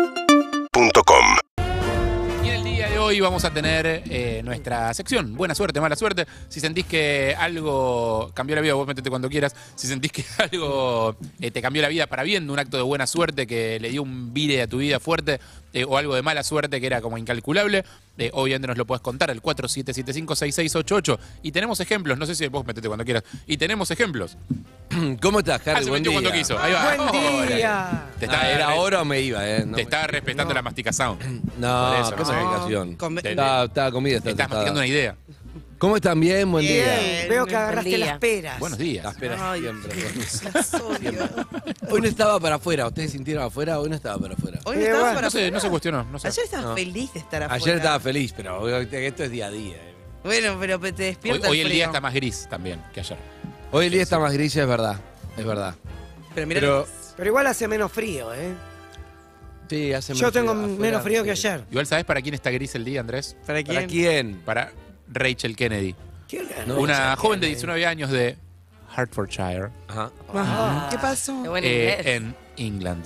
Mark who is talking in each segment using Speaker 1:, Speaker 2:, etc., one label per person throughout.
Speaker 1: UrbanaPlayFM.com
Speaker 2: Y en el día de hoy vamos a tener eh, nuestra sección. Buena suerte, mala suerte. Si sentís que algo cambió la vida, vos metete cuando quieras. Si sentís que algo eh, te cambió la vida para bien, un acto de buena suerte que le dio un vire a tu vida fuerte, eh, o algo de mala suerte que era como incalculable, eh, obviamente nos lo podés contar al 47756688. Y tenemos ejemplos, no sé si vos metete cuando quieras. Y tenemos ejemplos.
Speaker 3: ¿Cómo estás,
Speaker 2: Ah,
Speaker 3: Harry?
Speaker 2: se
Speaker 3: Buen
Speaker 2: metió
Speaker 3: día.
Speaker 2: cuando quiso. Ahí va.
Speaker 4: Buen
Speaker 2: Hola.
Speaker 4: día.
Speaker 2: Te
Speaker 3: Ah,
Speaker 2: estaba,
Speaker 3: era ahora o me iba, ¿eh? No,
Speaker 2: te estaba respetando la masticación.
Speaker 3: no,
Speaker 2: Por eso,
Speaker 3: qué
Speaker 2: no sé.
Speaker 3: masticación.
Speaker 4: Come-
Speaker 3: Estaba, estaba comida.
Speaker 2: Te
Speaker 3: Está,
Speaker 2: estás masticando una idea.
Speaker 3: ¿Cómo están? Bien, buen día.
Speaker 4: Bien, veo que agarraste
Speaker 5: Buen día.
Speaker 4: las
Speaker 3: Ah,
Speaker 4: peras.
Speaker 2: Buenos días.
Speaker 3: Las peras
Speaker 4: Ay,
Speaker 3: siempre.
Speaker 4: las odio.
Speaker 3: Hoy no estaba para afuera. ¿Ustedes sintieron afuera? Hoy no estaba para afuera.
Speaker 4: Hoy
Speaker 5: Eh,
Speaker 4: no estabas
Speaker 5: bueno,
Speaker 4: para
Speaker 2: No se, no se
Speaker 4: afuera.
Speaker 2: cuestionó. No sé.
Speaker 5: Ayer estabas
Speaker 3: No.
Speaker 5: feliz de estar afuera.
Speaker 3: Ayer estaba feliz, pero hoy- esto es día a día. eh.
Speaker 5: Bueno, pero te
Speaker 2: Hoy,
Speaker 5: despierta
Speaker 2: hoy el día
Speaker 5: frío.
Speaker 2: está más gris también que ayer.
Speaker 3: Hoy el día está más gris, es verdad. Es verdad.
Speaker 5: Pero mira,
Speaker 3: pero-
Speaker 4: Pero igual hace menos frío, ¿eh?
Speaker 3: Sí, hace
Speaker 4: Yo
Speaker 3: menos
Speaker 4: tengo
Speaker 3: frío. Afuera,
Speaker 4: menos frío
Speaker 3: sí.
Speaker 4: que ayer.
Speaker 2: Igual, ¿sabes para quién está gris el día, Andrés?
Speaker 5: ¿para
Speaker 3: ¿Para
Speaker 5: quién?
Speaker 3: quién?
Speaker 2: Para Rachel Kennedy.
Speaker 4: ¿Qué hora?
Speaker 3: No.
Speaker 2: una
Speaker 3: Rachel
Speaker 2: joven de 19 años de Hertfordshire,
Speaker 3: Ajá.
Speaker 5: Ajá. Ah,
Speaker 4: Ah.
Speaker 5: ¿Qué pasó?
Speaker 2: eh, en England,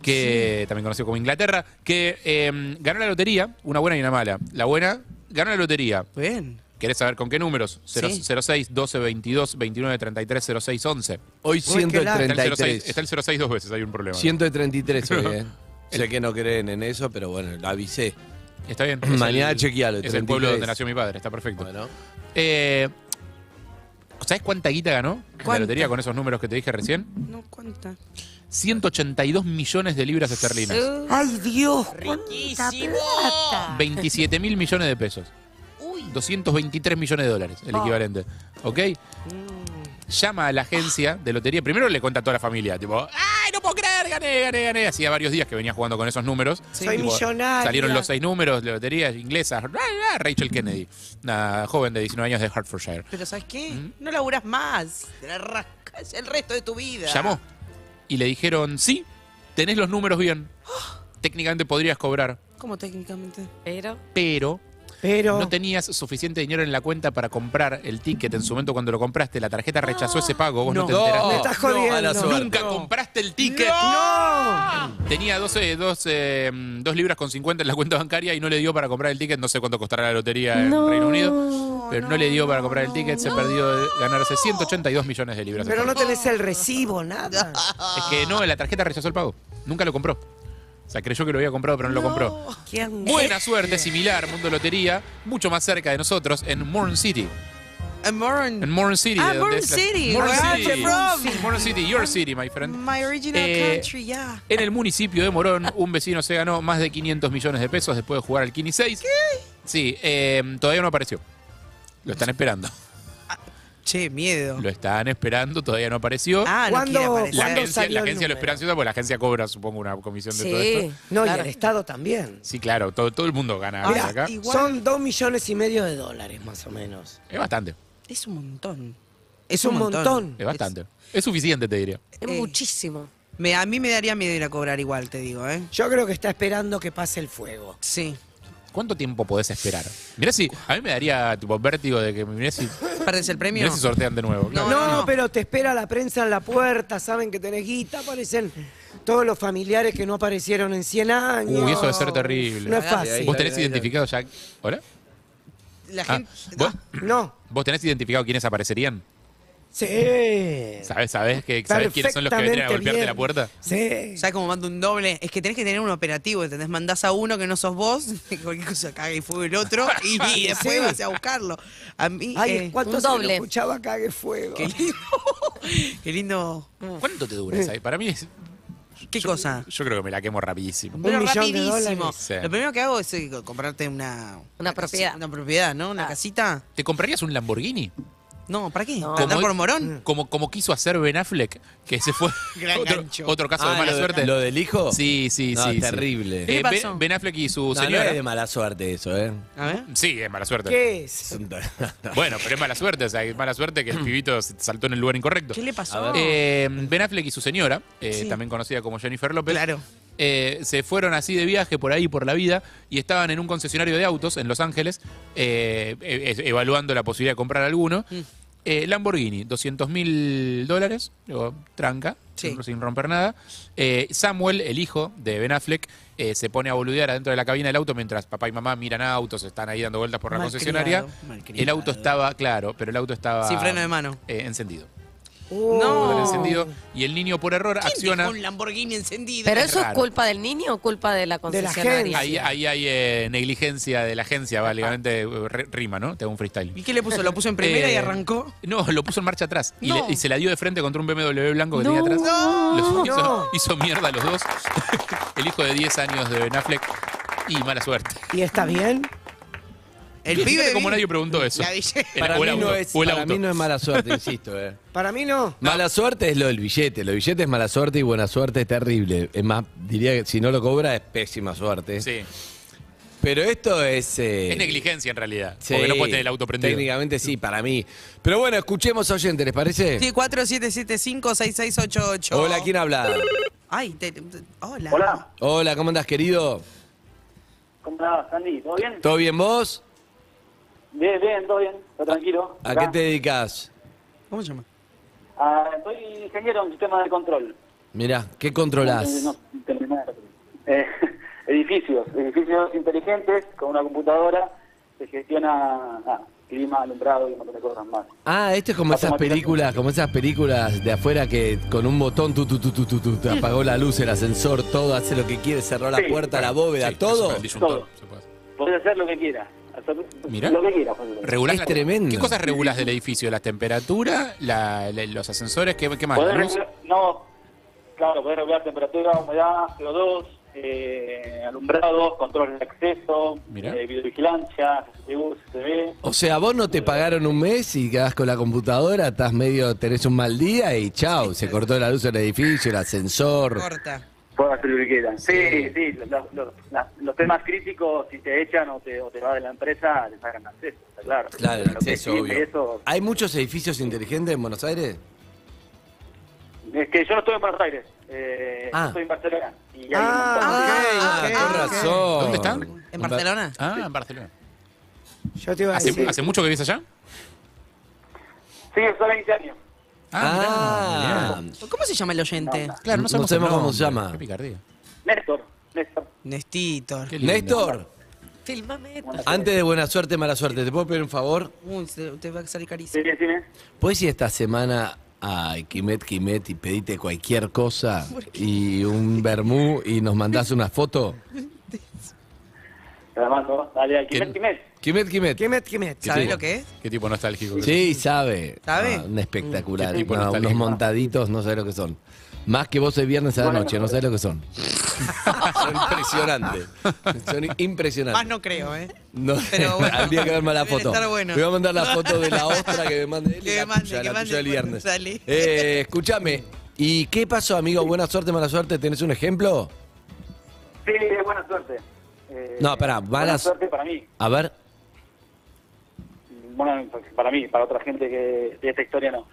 Speaker 2: que también conocido como Inglaterra, que eh, ganó la lotería, una buena y una mala. La buena, ganó la lotería.
Speaker 5: Bien.
Speaker 2: ¿Querés saber con qué números? Cero-
Speaker 5: Sí.
Speaker 2: 06 12 22 29 33 06 11.
Speaker 3: Hoy
Speaker 4: Uy, qué largo.
Speaker 2: Está el, 06,
Speaker 3: 133.
Speaker 2: está el 06 dos veces, hay un problema.
Speaker 3: 133 hoy, ¿eh? Sé que no creen en eso, pero bueno, lo avisé.
Speaker 2: Está bien.
Speaker 3: Mañana
Speaker 2: Es el-
Speaker 3: chequealo,
Speaker 2: Es el pueblo
Speaker 3: 33.
Speaker 2: donde nació mi padre, está perfecto.
Speaker 3: Bueno.
Speaker 2: Eh, ¿Sabes cuánta guita ganó la
Speaker 5: ¿Cuánta?
Speaker 2: lotería con esos números que te dije recién?
Speaker 5: No, cuenta.
Speaker 2: 182 millones de libras esterlinas.
Speaker 4: ¡Ay, Dios!
Speaker 5: Riquísimo.
Speaker 2: 27 mil millones de pesos. 223 millones de dólares,
Speaker 4: Ah.
Speaker 2: el equivalente. ¿Ok?
Speaker 4: Mm.
Speaker 2: Llama a la agencia de lotería. Primero le cuenta a toda la familia. Tipo, ¡ay, no puedo creer! Gané, gané, gané. Hacía varios días que venía jugando con esos números.
Speaker 4: Soy
Speaker 2: Tipo,
Speaker 4: millonaria.
Speaker 2: Salieron los seis números, la lotería inglesa. ra, ra, Rachel Kennedy, una joven de 19 años de Hertfordshire.
Speaker 5: Pero ¿sabes qué?
Speaker 2: ¿Mm?
Speaker 5: No laburás más. Te la rascas el resto de tu vida.
Speaker 2: Llamó y le dijeron, sí, tenés los números bien. Técnicamente podrías cobrar,
Speaker 5: ¿Cómo técnicamente?
Speaker 6: Pero
Speaker 2: pero
Speaker 4: Pero.
Speaker 2: no tenías suficiente dinero en la cuenta para comprar el ticket en su momento cuando lo compraste. La tarjeta rechazó ese pago, vos no, te enteraste.
Speaker 4: Me estás
Speaker 3: No,
Speaker 4: jodiendo.
Speaker 3: a la suerte.
Speaker 2: Nunca compraste el ticket.
Speaker 4: ¡No!
Speaker 2: Tenía 12, dos, eh, mm, dos libras con 50 en la cuenta bancaria y no le dio para comprar el ticket. No sé cuánto costará la lotería en
Speaker 6: No.
Speaker 2: Reino Unido. Pero no, le dio para comprar el ticket. Se perdió de ganarse 182 millones de libras.
Speaker 4: Pero no tenés el recibo, nada.
Speaker 2: Es que no, la tarjeta rechazó el pago. Nunca lo compró. O sea, creyó que lo había comprado, pero no, lo compró.
Speaker 4: ¿Quién?
Speaker 2: Buena suerte, similar, Mundo Lotería, mucho más cerca de nosotros, en Morn City.
Speaker 5: I'm born.
Speaker 2: En Morn City.
Speaker 5: Ah,
Speaker 2: de donde
Speaker 5: Mourn
Speaker 2: es la-
Speaker 5: City.
Speaker 2: Mourn
Speaker 5: Where
Speaker 2: City.
Speaker 5: I'm from.
Speaker 2: Mourn City, your city, my friend.
Speaker 5: My original
Speaker 2: Eh,
Speaker 5: country, ya.
Speaker 2: En el municipio de Morón, un vecino se ganó más de 500 millones de pesos después de jugar al Kini 6. Sí, eh, todavía no apareció. Lo están esperando.
Speaker 5: Che, miedo.
Speaker 2: Lo están esperando, todavía no apareció.
Speaker 5: Ah, no
Speaker 4: ¿Cuándo-
Speaker 5: quiere
Speaker 2: la
Speaker 5: aparecer.
Speaker 4: ¿cuándo
Speaker 2: agencia,
Speaker 4: salió
Speaker 2: la
Speaker 4: el
Speaker 2: agencia lo espera
Speaker 4: número?
Speaker 2: ansiosa porque la agencia cobra, supongo, una comisión de todo esto.
Speaker 6: sí.
Speaker 4: No, y
Speaker 5: Claro.
Speaker 4: el Estado también.
Speaker 2: Sí, claro, todo, todo el mundo gana
Speaker 5: Ah,
Speaker 2: algo
Speaker 4: Mirá,
Speaker 2: acá.
Speaker 5: y- Igual-
Speaker 4: Son dos millones y medio de dólares, más o menos.
Speaker 2: Es bastante,
Speaker 5: Es un montón.
Speaker 4: Es un montón.
Speaker 2: es bastante. Es suficiente, te diría.
Speaker 6: es
Speaker 5: Eh.
Speaker 6: muchísimo.
Speaker 5: Me- a mí me daría miedo ir a cobrar igual, te digo, ¿eh?
Speaker 4: Yo creo que está esperando que pase el fuego.
Speaker 5: Sí.
Speaker 2: ¿Cuánto tiempo podés esperar? Mirá si, a mí me daría tipo vértigo de que mirá si,
Speaker 5: ¿Perdes el premio?
Speaker 2: mirá si sortean de nuevo.
Speaker 5: No,
Speaker 4: No, pero te espera la prensa en la puerta, saben que tenés guita, aparecen todos los familiares que no aparecieron en 100 años.
Speaker 2: Uy, eso debe ser terrible.
Speaker 4: No es
Speaker 5: Cagate
Speaker 4: fácil.
Speaker 2: ¿Vos tenés identificado ya? ¿Hola?
Speaker 5: La
Speaker 2: Ah,
Speaker 5: gente.
Speaker 2: ¿vos,
Speaker 4: No.
Speaker 2: vos tenés identificado quiénes aparecerían?
Speaker 4: Sí.
Speaker 2: ¿Sabés, sabés, que, sabés quiénes son los que vendrían a
Speaker 4: Perfectamente
Speaker 2: golpearte
Speaker 4: bien.
Speaker 2: la puerta?
Speaker 4: Sí.
Speaker 5: ¿Sabes cómo manda un doble? Es que tenés que tener un operativo, ¿entendés? Mandás a uno que no sos vos, cualquier cosa caga y fuego el otro, y, y después
Speaker 4: Sí.
Speaker 5: vas a buscarlo. A mí,
Speaker 4: Ay,
Speaker 5: eh,
Speaker 4: ¿cuánto
Speaker 6: un
Speaker 4: se lo
Speaker 6: doble.
Speaker 4: escuchaba acá que fuego?
Speaker 5: qué lindo. qué lindo.
Speaker 2: ¿Cuánto te dura esa? Para mí, es-
Speaker 5: ¿Qué cosa?
Speaker 2: yo creo que me la quemo rapidísimo.
Speaker 5: Pero
Speaker 4: millón de
Speaker 5: rapidísimo.
Speaker 4: dólares.
Speaker 2: Sí.
Speaker 5: Lo primero que hago es eh, comprarte una...
Speaker 6: Una propiedad.
Speaker 5: casi- Una propiedad, ¿no? Una
Speaker 6: Ah.
Speaker 5: casita.
Speaker 2: ¿Te comprarías un Lamborghini?
Speaker 5: No, ¿para qué?
Speaker 6: No.
Speaker 5: ¿Para andar
Speaker 2: Como-
Speaker 5: por morón?
Speaker 4: Mm.
Speaker 2: Como, como quiso hacer Ben Affleck, que se fue.
Speaker 5: Gran
Speaker 2: otro,
Speaker 5: gancho.
Speaker 2: otro caso
Speaker 3: Ah,
Speaker 2: de mala
Speaker 3: lo
Speaker 2: suerte.
Speaker 3: ¿Lo del hijo?
Speaker 2: Sí, sí,
Speaker 3: No,
Speaker 2: sí. sí.
Speaker 3: terrible.
Speaker 2: Eh,
Speaker 5: ¿Qué
Speaker 2: ben,
Speaker 5: pasó?
Speaker 2: Ben Affleck y su
Speaker 3: No, no
Speaker 2: señora.
Speaker 3: es de mala suerte eso, ¿eh?
Speaker 5: A ver.
Speaker 2: Sí, es mala suerte.
Speaker 4: ¿Qué es?
Speaker 2: Bueno, pero es mala suerte, o sea, es mala suerte que el pibito se saltó en el lugar incorrecto.
Speaker 5: Mm. ¿Qué le
Speaker 3: A
Speaker 5: pasó?
Speaker 2: Eh, ben Affleck y su señora, eh,
Speaker 5: Sí.
Speaker 2: también conocida como Jennifer López,
Speaker 5: Claro.
Speaker 2: eh, se fueron así de viaje por ahí, por la vida, y estaban en un
Speaker 5: Mm.
Speaker 2: concesionario de autos en Los Ángeles, eh, e- e- evaluando la posibilidad de comprar alguno. Eh, Lamborghini, 200 mil dólares, digo, tranca,
Speaker 5: Sí.
Speaker 2: sin- sin romper nada. Eh, Samuel, el hijo de Ben Affleck, eh, se pone a boludear adentro de la cabina del auto mientras papá y mamá miran autos, están ahí dando vueltas por la
Speaker 5: Malcriado,
Speaker 2: concesionaria.
Speaker 5: malcriado.
Speaker 2: El auto estaba, claro, pero el auto estaba...
Speaker 5: Sin freno de mano. Oh.
Speaker 2: eh, encendido.
Speaker 5: No.
Speaker 4: Oh.
Speaker 2: Con el encendido. Y el niño por error acciona...
Speaker 5: Con un Lamborghini encendido.
Speaker 1: Pero
Speaker 2: es
Speaker 1: eso es
Speaker 2: raro.
Speaker 1: culpa del niño o culpa de la
Speaker 4: De la
Speaker 1: concesionaria.
Speaker 2: Ahí, ahí hay eh, negligencia de la agencia, básicamente eh, re- rima, ¿no? Te hago un freestyle.
Speaker 5: ¿Y qué le puso? ¿Lo puso en primera y
Speaker 2: Eh,
Speaker 5: arrancó?
Speaker 2: No, lo puso en marcha atrás y,
Speaker 5: No.
Speaker 2: le- y se la dio de frente contra un BMW blanco que tenía
Speaker 1: No.
Speaker 2: atrás. Los hizo,
Speaker 4: No.
Speaker 2: hizo mierda a los dos. El hijo de 10 años de Ben Affleck y mala suerte.
Speaker 4: ¿Y está bien?
Speaker 5: El
Speaker 2: Fíjate
Speaker 5: pibe.
Speaker 2: Como
Speaker 5: vi-
Speaker 2: nadie preguntó eso.
Speaker 5: La billete.
Speaker 2: El-
Speaker 3: Para,
Speaker 2: o
Speaker 3: mí
Speaker 2: el
Speaker 3: no,
Speaker 2: auto,
Speaker 3: es,
Speaker 2: o el
Speaker 3: para
Speaker 2: auto.
Speaker 3: mí no es mala suerte, insisto. eh.
Speaker 4: Para mí no.
Speaker 3: Mala suerte es lo del billete. Lo del billete es mala suerte y buena suerte es terrible. Es más, diría que si no lo cobra es pésima suerte.
Speaker 2: Sí.
Speaker 3: Pero esto es. eh,
Speaker 2: Es negligencia en realidad.
Speaker 3: sí,
Speaker 2: porque no puedes tener el auto prendido.
Speaker 3: Técnicamente sí, para mí. Pero bueno, escuchemos a oyente, ¿les parece?
Speaker 5: Sí, 4775-6688.
Speaker 3: Hola, ¿quién habla?
Speaker 5: Ay, te- te- hola.
Speaker 6: Hola,
Speaker 3: Hola, ¿cómo andás, querido?
Speaker 6: ¿cómo estás, Andy? ¿Todo bien?
Speaker 3: ¿Todo bien vos?
Speaker 6: Bien, bien, todo bien, todo tranquilo.
Speaker 3: ¿A
Speaker 6: Acá.
Speaker 3: qué te dedicas?
Speaker 5: ¿Cómo se llama?
Speaker 6: Ah, soy ingeniero en sistemas de control.
Speaker 3: Mirá, ¿qué controlás?
Speaker 6: No, no, terminé de repetir. Eh, edificios, edificios inteligentes con una computadora que gestiona ah, clima, alumbrado y un montón de cosas más.
Speaker 3: Ah, esto es como esas películas, como esas películas de afuera que con un botón tu, tu, tu, tu, tu, tu, te apagó la luz, el ascensor, todo, hace lo que quiere, cerró la
Speaker 6: Sí.
Speaker 3: puerta, la bóveda,
Speaker 2: Sí,
Speaker 3: todo.
Speaker 2: es un disyuntor,
Speaker 6: Todo.
Speaker 2: se puede hacer.
Speaker 6: Podés hacer lo que quieras. hacer
Speaker 2: Mirá.
Speaker 6: Lo que quieras. podés hacer.
Speaker 2: Regulás
Speaker 3: Es
Speaker 2: la-
Speaker 3: tremendo.
Speaker 2: ¿Qué cosas regulas del edificio? ¿La temperatura? La- la- ¿Los ascensores? ¿Qué, qué más?
Speaker 6: Podés
Speaker 2: ¿La luz?
Speaker 6: regular, no, claro, podés regular temperatura, humedad, CO2, eh, alumbrado, control de acceso,
Speaker 2: Mirá.
Speaker 6: eh, videovigilancia, CCTV, CCTV.
Speaker 3: O sea, vos no te pagaron un mes y quedás con la computadora, estás medio, tenés un mal día y chao, se cortó la luz en el edificio, el ascensor.
Speaker 5: Corta.
Speaker 6: Puedo hacer lo que quieran. Sí, sí, los, los- las- los temas críticos, si te echan o te, o te va de la empresa, te sacan acceso, está claro.
Speaker 3: Claro, el
Speaker 6: Lo que
Speaker 3: acceso,
Speaker 6: sí,
Speaker 3: obvio. Ah.
Speaker 6: eso-
Speaker 3: ¿Hay muchos edificios inteligentes en Buenos Aires?
Speaker 6: es que yo no estoy en Buenos Aires, eh,
Speaker 3: Ah.
Speaker 6: estoy en Barcelona. Y hay un montón de-
Speaker 4: Ah,
Speaker 5: Ah,
Speaker 4: ok,
Speaker 5: ah,
Speaker 4: ok.
Speaker 3: Con razón.
Speaker 2: ¿Dónde están?
Speaker 5: ¿En Barcelona?
Speaker 2: Ah, en Barcelona.
Speaker 4: Yo te iba a
Speaker 2: ¿Hace,
Speaker 4: decir.
Speaker 2: hace mucho que vivís allá?
Speaker 6: Sí, son 20 años.
Speaker 3: Ah,
Speaker 2: mirá, mirá.
Speaker 5: ¿Cómo se llama el oyente?
Speaker 2: Claro,
Speaker 3: No
Speaker 2: no sabemos,
Speaker 3: sabemos
Speaker 2: el
Speaker 3: cómo se
Speaker 2: nombre.
Speaker 3: llama.
Speaker 2: Qué picardía.
Speaker 6: Néstor, Néstor.
Speaker 5: Nestitor.
Speaker 2: Qué lindo.
Speaker 3: Néstor,
Speaker 1: Filmame esto.
Speaker 3: antes de buena suerte, mala suerte, ¿te puedo pedir un favor?
Speaker 5: Uy, se- te va a salir carísimo.
Speaker 6: Sí, decime.
Speaker 3: ¿Puedes ir esta semana a Kimet Kimet y pedite cualquier cosa y un vermú y nos mandás una foto?
Speaker 6: Te la mando. Dale, aquí,
Speaker 3: ¿Quién?
Speaker 6: Messi, Messi.
Speaker 3: Kimet Kimet.
Speaker 4: Kimet, Kimet.
Speaker 3: Sí,
Speaker 5: ¿Sabés
Speaker 3: sí.
Speaker 5: lo que es?
Speaker 2: Qué tipo nostálgico. que
Speaker 3: Sí, sabe.
Speaker 5: ¿Sabe?
Speaker 3: Ah, un espectacular.
Speaker 2: Qué tipo
Speaker 3: No, unos
Speaker 2: nostálgico.
Speaker 3: montaditos, no sé lo que son. Más que vos el viernes a la
Speaker 6: Bueno.
Speaker 3: noche, no sabés lo que son. son impresionantes. Son impresionantes.
Speaker 5: Más no creo, ¿eh.
Speaker 3: No,
Speaker 5: Pero bueno,
Speaker 3: habría que verme la
Speaker 5: deben
Speaker 3: foto.
Speaker 5: estar buenos.
Speaker 3: Voy a mandar la foto de la ostra que me mande él y
Speaker 5: Que
Speaker 3: la
Speaker 5: me mande,
Speaker 3: tuya,
Speaker 5: que
Speaker 3: la
Speaker 5: mande
Speaker 3: tuya del
Speaker 5: cuando
Speaker 3: viernes.
Speaker 5: sale.
Speaker 3: Eh, escúchame, ¿y qué pasó, amigo? Buena suerte, mala suerte. ¿Tenés un ejemplo?
Speaker 6: Sí, buena suerte. Eh,
Speaker 3: No, pará,
Speaker 6: Buena
Speaker 3: malas-
Speaker 6: suerte para mí.
Speaker 3: A ver.
Speaker 6: Bueno, para mí, para otra gente que de esta historia no.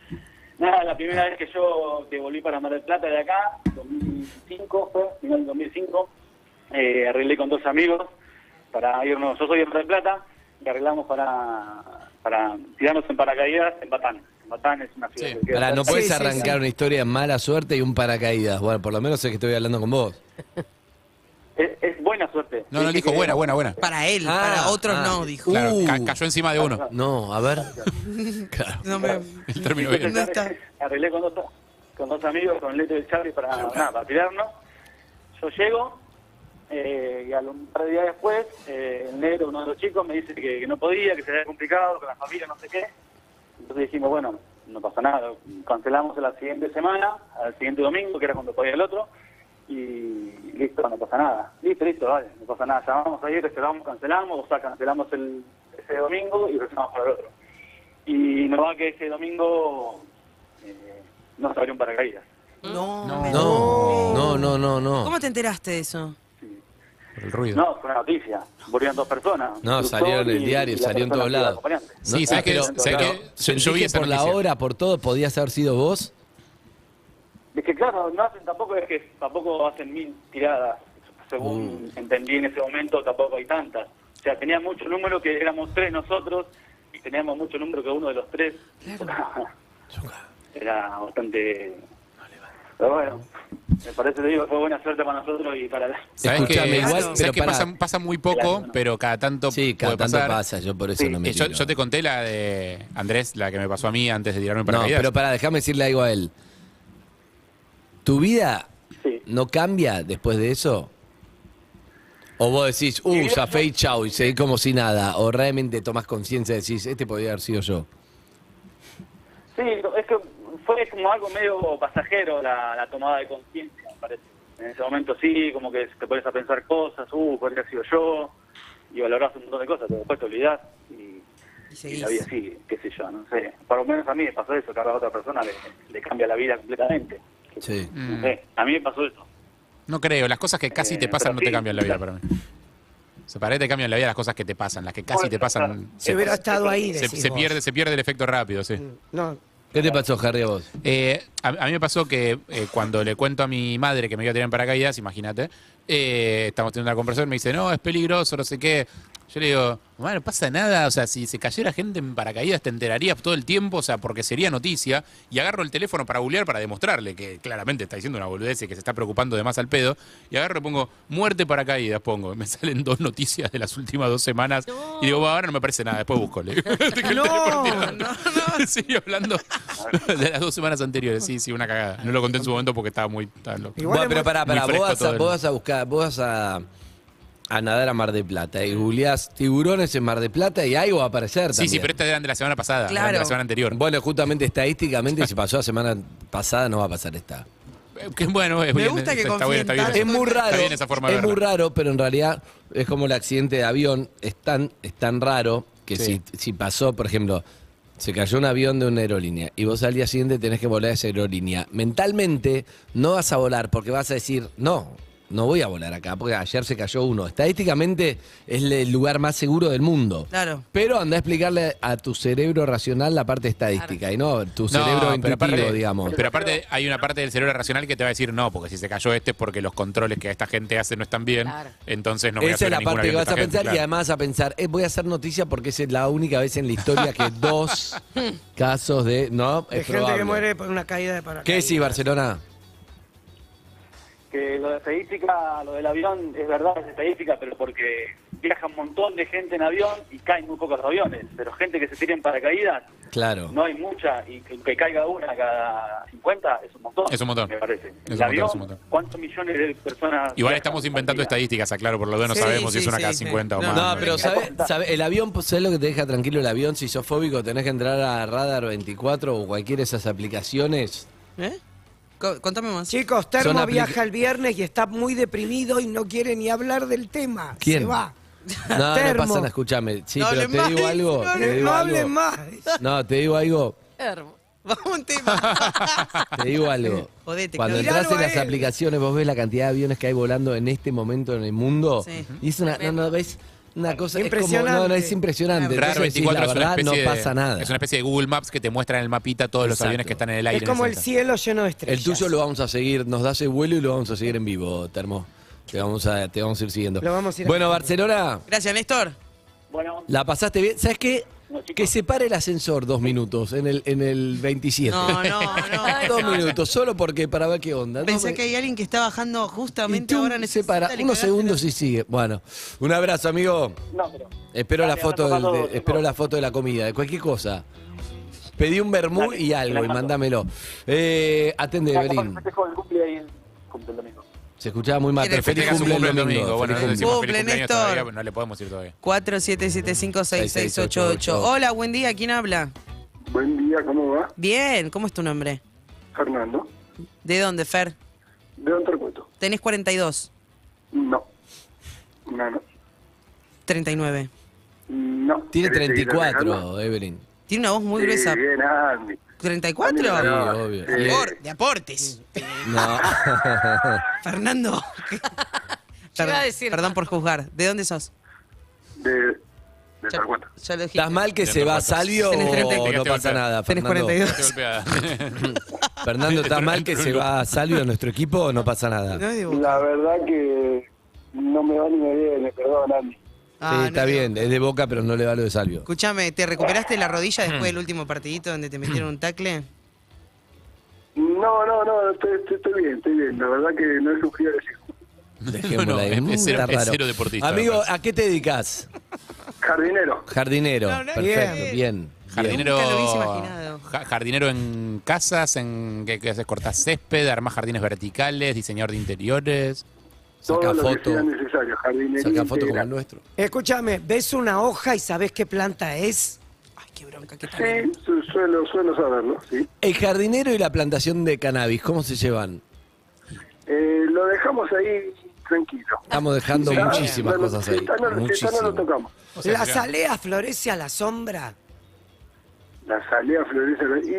Speaker 6: Nada, la primera vez que yo que volví para Mar del Plata de acá, 2005 fue, final del 2005, eh, arreglé con dos amigos para irnos, yo soy de Mar del Plata, y arreglamos para, para tirarnos en paracaídas en Batán. Batán es una ciudad
Speaker 2: Sí,
Speaker 6: que queda
Speaker 3: Pará, no
Speaker 6: cerca.
Speaker 3: puedes
Speaker 4: sí,
Speaker 3: arrancar
Speaker 4: sí.
Speaker 3: una historia de mala suerte y un paracaídas. Bueno, por lo menos sé que estoy hablando con vos.
Speaker 6: es, es buena suerte.
Speaker 2: No, no,
Speaker 6: Dije
Speaker 2: dijo
Speaker 6: que-
Speaker 2: buena, buena, buena.
Speaker 5: Para él,
Speaker 3: Ah,
Speaker 5: para otros
Speaker 3: ah.
Speaker 5: no, dijo.
Speaker 2: Claro,
Speaker 3: Uh.
Speaker 2: ca- cayó encima de uno.
Speaker 3: No, a ver. Claro.
Speaker 5: No me...
Speaker 2: El término
Speaker 6: Entonces,
Speaker 2: bien.
Speaker 5: No está.
Speaker 6: Arreglé con dos, con dos amigos, con Leto y Charlie, para, nada, para tirarnos. Yo llego eh, y al un par de días después, eh, el negro, uno de los chicos, me dice que, que no podía, que se había complicado, con la familia, no sé qué. Entonces dijimos, bueno, no pasa nada, cancelamos la siguiente semana, al siguiente domingo, que era cuando podía el otro, y listo, no pasa nada. Listo, listo, vale, no pasa nada. Llamamos ayer, reservamos, cancelamos, o sea, cancelamos el, ese domingo y reservamos para el otro. Y nos va que ese domingo eh, no se abrió un paracaídas.
Speaker 5: No,
Speaker 2: No.
Speaker 5: me-
Speaker 3: No, no, no, no, no.
Speaker 5: ¿Cómo te enteraste de eso?
Speaker 2: El ruido.
Speaker 6: No, fue una noticia. Murieron dos personas.
Speaker 3: No,
Speaker 6: Lucón
Speaker 3: salieron en
Speaker 6: y-
Speaker 3: el diario,
Speaker 6: y la
Speaker 3: salió en
Speaker 6: persona
Speaker 3: todos
Speaker 6: que iba
Speaker 3: lados.
Speaker 6: acompañante. Ah,
Speaker 2: Sí, sabés que- sabés que- yo-
Speaker 3: sentí
Speaker 2: yo vi
Speaker 3: que
Speaker 2: esa
Speaker 3: por la
Speaker 2: noticia.
Speaker 3: hora, por todo, podías haber sido vos.
Speaker 6: Es que claro, no hacen tampoco, es que tampoco hacen mil tiradas, según
Speaker 3: Mm.
Speaker 6: entendí en ese momento, tampoco hay tantas. O sea, tenía mucho número que éramos tres nosotros, y teníamos mucho número cada uno de los tres. Era bastante... Pero bueno, me parece, te digo, fue buena suerte para nosotros y para... la-
Speaker 2: Sabes
Speaker 3: Escuchame,
Speaker 2: que,
Speaker 3: igual,
Speaker 2: sabes
Speaker 3: pero
Speaker 2: que
Speaker 3: pará.
Speaker 2: pasa, pasa muy poco, pero cada tanto
Speaker 3: Sí, cada
Speaker 2: puede
Speaker 3: tanto
Speaker 2: pasar.
Speaker 3: pasa, yo por eso
Speaker 6: Sí.
Speaker 3: no me
Speaker 2: Eh, yo,
Speaker 3: tiro.
Speaker 2: yo te conté la de Andrés, la que me pasó a mí antes de tirarme para
Speaker 3: No, pero pará, déjame decirle algo a él. ¿Tu vida
Speaker 6: Sí.
Speaker 3: no cambia después de eso? O vos decís, uh, zafé y chau, y seguís como si nada. O realmente tomás conciencia y decís, este podría haber sido yo.
Speaker 6: Sí, es que fue como algo medio pasajero la, la tomada de conciencia, me parece. En ese momento sí, como que te pones a pensar cosas, uh, podría haber sido yo, y valorás un montón de cosas, pero después te olvidás y,
Speaker 5: Y
Speaker 6: y
Speaker 5: seguís.
Speaker 6: la vida sigue, qué sé yo, no sé. Por lo menos a mí me pasó eso, que ahora a otra persona le, le cambia la vida completamente.
Speaker 3: Sí.
Speaker 6: No sé, a mí me pasó eso.
Speaker 2: No creo, las cosas que casi
Speaker 6: Eh,
Speaker 2: te pasan
Speaker 6: pero
Speaker 2: no te
Speaker 6: sí.
Speaker 2: cambian la vida para mí. Se parece que te cambian la vida las cosas que te pasan, las que casi
Speaker 6: Bueno,
Speaker 2: te pasan.
Speaker 6: claro.
Speaker 4: Si hubiera estado ahí,
Speaker 2: Se,
Speaker 4: decís
Speaker 2: se
Speaker 4: vos. Mm.
Speaker 2: pierde, se pierde el efecto rápido, sí.
Speaker 4: No,
Speaker 3: ¿Qué te pasó, Harry, a vos?
Speaker 2: Eh, a, a mí me pasó que eh, cuando le cuento a mi madre que me iba a tirar en paracaídas, imagínate, eh, estamos teniendo una conversación, me dice, no, es peligroso, no sé qué. Yo le digo, bueno, pasa nada, o sea, si se cayera gente en paracaídas te enterarías todo el tiempo, o sea, porque sería noticia. Y agarro el teléfono para googlear, para demostrarle que claramente está diciendo una boludez y que se está preocupando de más al pedo. Y agarro y pongo, muerte paracaídas, pongo. Me salen dos noticias de las últimas dos semanas.
Speaker 1: No.
Speaker 2: Y digo, bueno, ahora no me parece nada, después busco. Le digo, Tengo el
Speaker 4: No,
Speaker 2: teléfono tirado. Sí, hablando de las dos semanas anteriores. Sí, sí, una cagada. No lo conté en su momento porque estaba muy tan loco.
Speaker 4: Igual
Speaker 3: Bueno, pero
Speaker 4: hemos-
Speaker 3: pará,
Speaker 2: muy
Speaker 3: pará, vos
Speaker 2: fresco
Speaker 3: vas,
Speaker 2: todo
Speaker 3: a,
Speaker 2: el-
Speaker 3: vos vas a buscar, vos vas a, a nadar a Mar de Plata y googleás tiburones en Mar de Plata y algo va a aparecer
Speaker 2: Sí, sí,
Speaker 3: también.
Speaker 2: pero estas eran de la semana pasada, eran de
Speaker 5: Claro.
Speaker 2: la semana anterior.
Speaker 3: Bueno, justamente estadísticamente, si pasó la semana pasada, no va a pasar esta.
Speaker 2: Eh, que bueno, es
Speaker 5: Me
Speaker 2: bien,
Speaker 5: gusta que
Speaker 2: está,
Speaker 5: confíen
Speaker 2: bien, está bien.
Speaker 5: tanto.
Speaker 3: Es muy raro.
Speaker 2: Está bien esa forma de
Speaker 3: es muy
Speaker 2: verlo.
Speaker 3: raro, pero en realidad es como el accidente de avión. Es tan, es tan raro que
Speaker 2: Sí.
Speaker 3: si, si pasó, por ejemplo, se cayó un avión de una aerolínea y vos al día siguiente tenés que volar a esa aerolínea. Mentalmente no vas a volar porque vas a decir, no, no voy a volar acá porque ayer se cayó uno. Estadísticamente es el lugar más seguro del mundo.
Speaker 5: Claro.
Speaker 3: Pero anda a explicarle a tu cerebro racional la parte estadística y no tu
Speaker 2: No,
Speaker 3: cerebro
Speaker 2: pero
Speaker 3: intuitivo,
Speaker 2: aparte-
Speaker 3: digamos.
Speaker 2: Pero aparte hay una parte del cerebro racional que te va a decir no, porque si se cayó este es porque los controles que esta gente hace no están bien,
Speaker 1: Claro.
Speaker 2: entonces no voy a
Speaker 3: Esa
Speaker 2: hacer
Speaker 3: es la
Speaker 2: ningún
Speaker 3: parte que
Speaker 2: avión de
Speaker 3: vas a
Speaker 2: esta gente,
Speaker 3: pensar y
Speaker 2: claro.
Speaker 3: además a pensar, eh, voy a hacer noticia porque es la única vez en la historia que dos casos de... No,
Speaker 4: de
Speaker 3: es
Speaker 4: gente
Speaker 3: probable.
Speaker 4: que muere por una caída de paracaídas.
Speaker 3: ¿Qué decís, Barcelona?
Speaker 6: Que lo de estadística, lo del avión, es verdad, es estadística, pero porque viaja un montón de gente en avión y caen muy pocos aviones. Pero gente que se tira en paracaídas,
Speaker 3: Claro.
Speaker 6: no hay mucha, y que, que caiga una cada 50 es un montón.
Speaker 2: Es un montón.
Speaker 6: Me parece.
Speaker 2: Es un
Speaker 6: El
Speaker 2: montón,
Speaker 6: avión,
Speaker 2: es un montón.
Speaker 6: ¿cuántos millones de personas?
Speaker 2: Igual
Speaker 6: viajan
Speaker 2: estamos
Speaker 6: por
Speaker 2: inventando
Speaker 6: día?
Speaker 2: estadísticas, aclaro, por lo menos no
Speaker 5: Sí,
Speaker 2: sabemos si
Speaker 5: sí,
Speaker 2: es una
Speaker 5: sí,
Speaker 2: cada
Speaker 5: sí.
Speaker 2: 50 o
Speaker 5: No,
Speaker 2: más.
Speaker 3: No,
Speaker 2: me
Speaker 3: pero
Speaker 2: parece.
Speaker 3: ¿sabes? el avión, pues, ¿sabes lo que te deja tranquilo el avión? Si sos fóbico, tenés que entrar a Radar 24 o cualquiera de esas aplicaciones.
Speaker 5: ¿Eh? Co- Contame más.
Speaker 4: Chicos,
Speaker 3: Son
Speaker 4: Termo
Speaker 3: aplica-
Speaker 4: viaja el viernes y está muy deprimido y no quiere ni hablar del tema.
Speaker 3: ¿Quién?
Speaker 4: Se va.
Speaker 2: Eh,
Speaker 3: No, no
Speaker 4: Termo.
Speaker 3: pasa nada, escúchame. Sí,
Speaker 5: No
Speaker 3: pero
Speaker 5: hablen
Speaker 3: te
Speaker 5: más,
Speaker 3: digo algo.
Speaker 5: no
Speaker 3: te
Speaker 4: No,
Speaker 3: digo algo.
Speaker 4: hablen más.
Speaker 3: No, te digo algo.
Speaker 1: Hermo-
Speaker 5: Vamos a un tema.
Speaker 3: Te digo algo.
Speaker 5: Jodete,
Speaker 3: Cuando
Speaker 5: Claudio.
Speaker 3: entras en
Speaker 4: Miralo a
Speaker 3: las
Speaker 4: él.
Speaker 3: aplicaciones, vos ves la cantidad de aviones que hay volando en este momento en el mundo.
Speaker 5: Sí.
Speaker 3: Y es una, no, no, ves una cosa es como-
Speaker 4: Impresionante.
Speaker 3: no, no, es impresionante.
Speaker 2: RAR
Speaker 3: Entonces decís,
Speaker 2: 24
Speaker 3: la
Speaker 2: es una
Speaker 3: verdad, no
Speaker 2: especie de-
Speaker 3: pasa nada.
Speaker 2: Es una especie de Google Maps que te muestra en el mapita todos los
Speaker 3: Exacto.
Speaker 2: aviones que están en el aire.
Speaker 4: Es
Speaker 2: en
Speaker 4: como
Speaker 2: ese
Speaker 4: el
Speaker 2: instante.
Speaker 4: cielo lleno de
Speaker 3: El
Speaker 4: estrellas.
Speaker 3: tuyo lo vamos a seguir, nos das el vuelo y lo vamos a seguir en vivo, Termo. Te vamos a, te vamos a ir siguiendo.
Speaker 4: Lo vamos a ir
Speaker 3: bueno,
Speaker 4: haciendo.
Speaker 3: Barcelona,
Speaker 5: Gracias, Néstor.
Speaker 6: Bueno,
Speaker 3: la pasaste bien. ¿Sabes qué?
Speaker 6: No, chicos.
Speaker 3: Que se pare el ascensor dos minutos en el, en el 27.
Speaker 5: No, no, Ah, no.
Speaker 3: dos minutos, solo porque para ver qué onda. No
Speaker 5: Pensé
Speaker 3: me-
Speaker 5: que hay alguien que está bajando justamente
Speaker 3: Y tú
Speaker 5: ahora.
Speaker 3: se
Speaker 5: necesita
Speaker 3: para
Speaker 5: le
Speaker 3: unos
Speaker 5: cagaste
Speaker 3: segundos y sigue. Bueno, un abrazo, amigo.
Speaker 6: no, pero.
Speaker 3: Espero la
Speaker 6: Dale,
Speaker 3: foto del,
Speaker 6: abrazo para
Speaker 3: de-
Speaker 6: todos, chicos.
Speaker 3: espero la foto de la comida, de cualquier cosa. Pedí un vermú
Speaker 6: Dale,
Speaker 3: y algo
Speaker 6: la
Speaker 3: y
Speaker 6: mando.
Speaker 3: mándamelo. Eh, atende,
Speaker 6: Ya, capaz que
Speaker 3: Belín.
Speaker 6: festejo el cumple ahí el, cumple el domingo.
Speaker 3: Se escuchaba muy mal,
Speaker 5: Quiere
Speaker 3: pero feliz
Speaker 2: Festeja su
Speaker 3: cumple el domingo.
Speaker 2: Bueno, no
Speaker 3: feliz
Speaker 2: decimos
Speaker 3: cumple.
Speaker 2: feliz
Speaker 5: Cumple,
Speaker 2: cumpleaños
Speaker 5: Néstor.
Speaker 2: todavía, no le podemos ir todavía.
Speaker 5: 47756688. Hola, buen día. ¿Quién habla?
Speaker 7: Buen día, ¿cómo va?
Speaker 5: Bien, ¿cómo es tu nombre?
Speaker 7: Fernando.
Speaker 5: ¿De dónde, Fer?
Speaker 7: ¿De dónde te cuento?
Speaker 5: Tenés 42,
Speaker 7: No. No, no.
Speaker 5: 39.
Speaker 7: No.
Speaker 3: Tiene
Speaker 7: ¿Querés seguir alejando?
Speaker 3: 34, Evelyn.
Speaker 5: Tiene una voz muy
Speaker 7: Sí,
Speaker 5: gruesa.
Speaker 7: bien, Andy.
Speaker 5: ¿34?
Speaker 3: Sí,
Speaker 7: Ah,
Speaker 3: obvio.
Speaker 5: De
Speaker 7: sí.
Speaker 5: apor- de aportes.
Speaker 3: No.
Speaker 5: Fernando.
Speaker 1: Yo iba a
Speaker 5: Perdón,
Speaker 1: decir-
Speaker 5: perdón por juzgar. ¿De dónde sos?
Speaker 7: De, de
Speaker 5: Ya-
Speaker 7: tal cuenta.
Speaker 5: ya lo dijiste.
Speaker 3: ¿Estás mal que
Speaker 2: Tenés
Speaker 3: se va
Speaker 2: 34.
Speaker 3: Salvio
Speaker 5: Tenés
Speaker 3: o
Speaker 5: 32.
Speaker 3: no pasa nada,
Speaker 5: Tenés
Speaker 3: Fernando?
Speaker 5: 42.
Speaker 2: Estoy golpeada.
Speaker 3: Fernando, ¿estás mal que se va Salvio en nuestro equipo o no pasa nada?
Speaker 5: No es de Boca.
Speaker 7: La verdad que no me va ni me viene, perdón, Andy.
Speaker 5: Ah, no
Speaker 3: sí, está
Speaker 5: creo.
Speaker 3: bien, es de boca, pero no le va lo de Salvio.
Speaker 5: Escúchame, ¿te recuperaste la rodilla después
Speaker 3: Hmm.
Speaker 5: del último partidito donde te metieron un tacle?
Speaker 7: No, no, no, estoy, estoy- estoy bien, estoy bien. La verdad que no he sufrido decir.
Speaker 3: Dejémosla
Speaker 2: No, no,
Speaker 3: ahí.
Speaker 2: es-
Speaker 3: Mm,
Speaker 2: es cero-
Speaker 3: está
Speaker 2: es
Speaker 3: raro.
Speaker 2: cero deportista, me
Speaker 3: Amigo,
Speaker 2: parece.
Speaker 3: ¿a qué te dedicas?
Speaker 7: Jardinero.
Speaker 3: Jardinero.
Speaker 5: No, no,
Speaker 3: Perfecto,
Speaker 5: bien.
Speaker 3: bien. bien.
Speaker 2: Jardinero,
Speaker 5: Nunca lo hubiese imaginado.
Speaker 2: ja- jardinero en casas, en que, que haces cortás césped, armás jardines verticales, diseñador de interiores.
Speaker 3: Saca
Speaker 7: Todo lo que
Speaker 3: foto,
Speaker 7: sea necesario. Jardinería.
Speaker 3: saca foto como
Speaker 7: integral.
Speaker 3: el nuestro.
Speaker 4: Escúchame, ¿ves una hoja y sabés qué planta es?
Speaker 5: Ay, qué bronca, qué tal.
Speaker 7: Sí, su- suelo, suelo saberlo, sí.
Speaker 3: El jardinero y la plantación de cannabis, ¿cómo se llevan?
Speaker 7: Eh, lo dejamos ahí tranquilo.
Speaker 3: Estamos dejando
Speaker 7: Ya,
Speaker 3: muchísimas
Speaker 7: no, no,
Speaker 3: cosas
Speaker 7: si
Speaker 3: ahí.
Speaker 7: está, no- si está, no lo
Speaker 3: Muchísimas.
Speaker 7: tocamos.
Speaker 2: O sea,
Speaker 4: ¿La
Speaker 2: que-
Speaker 4: salea florece a la sombra?
Speaker 7: La salida florece.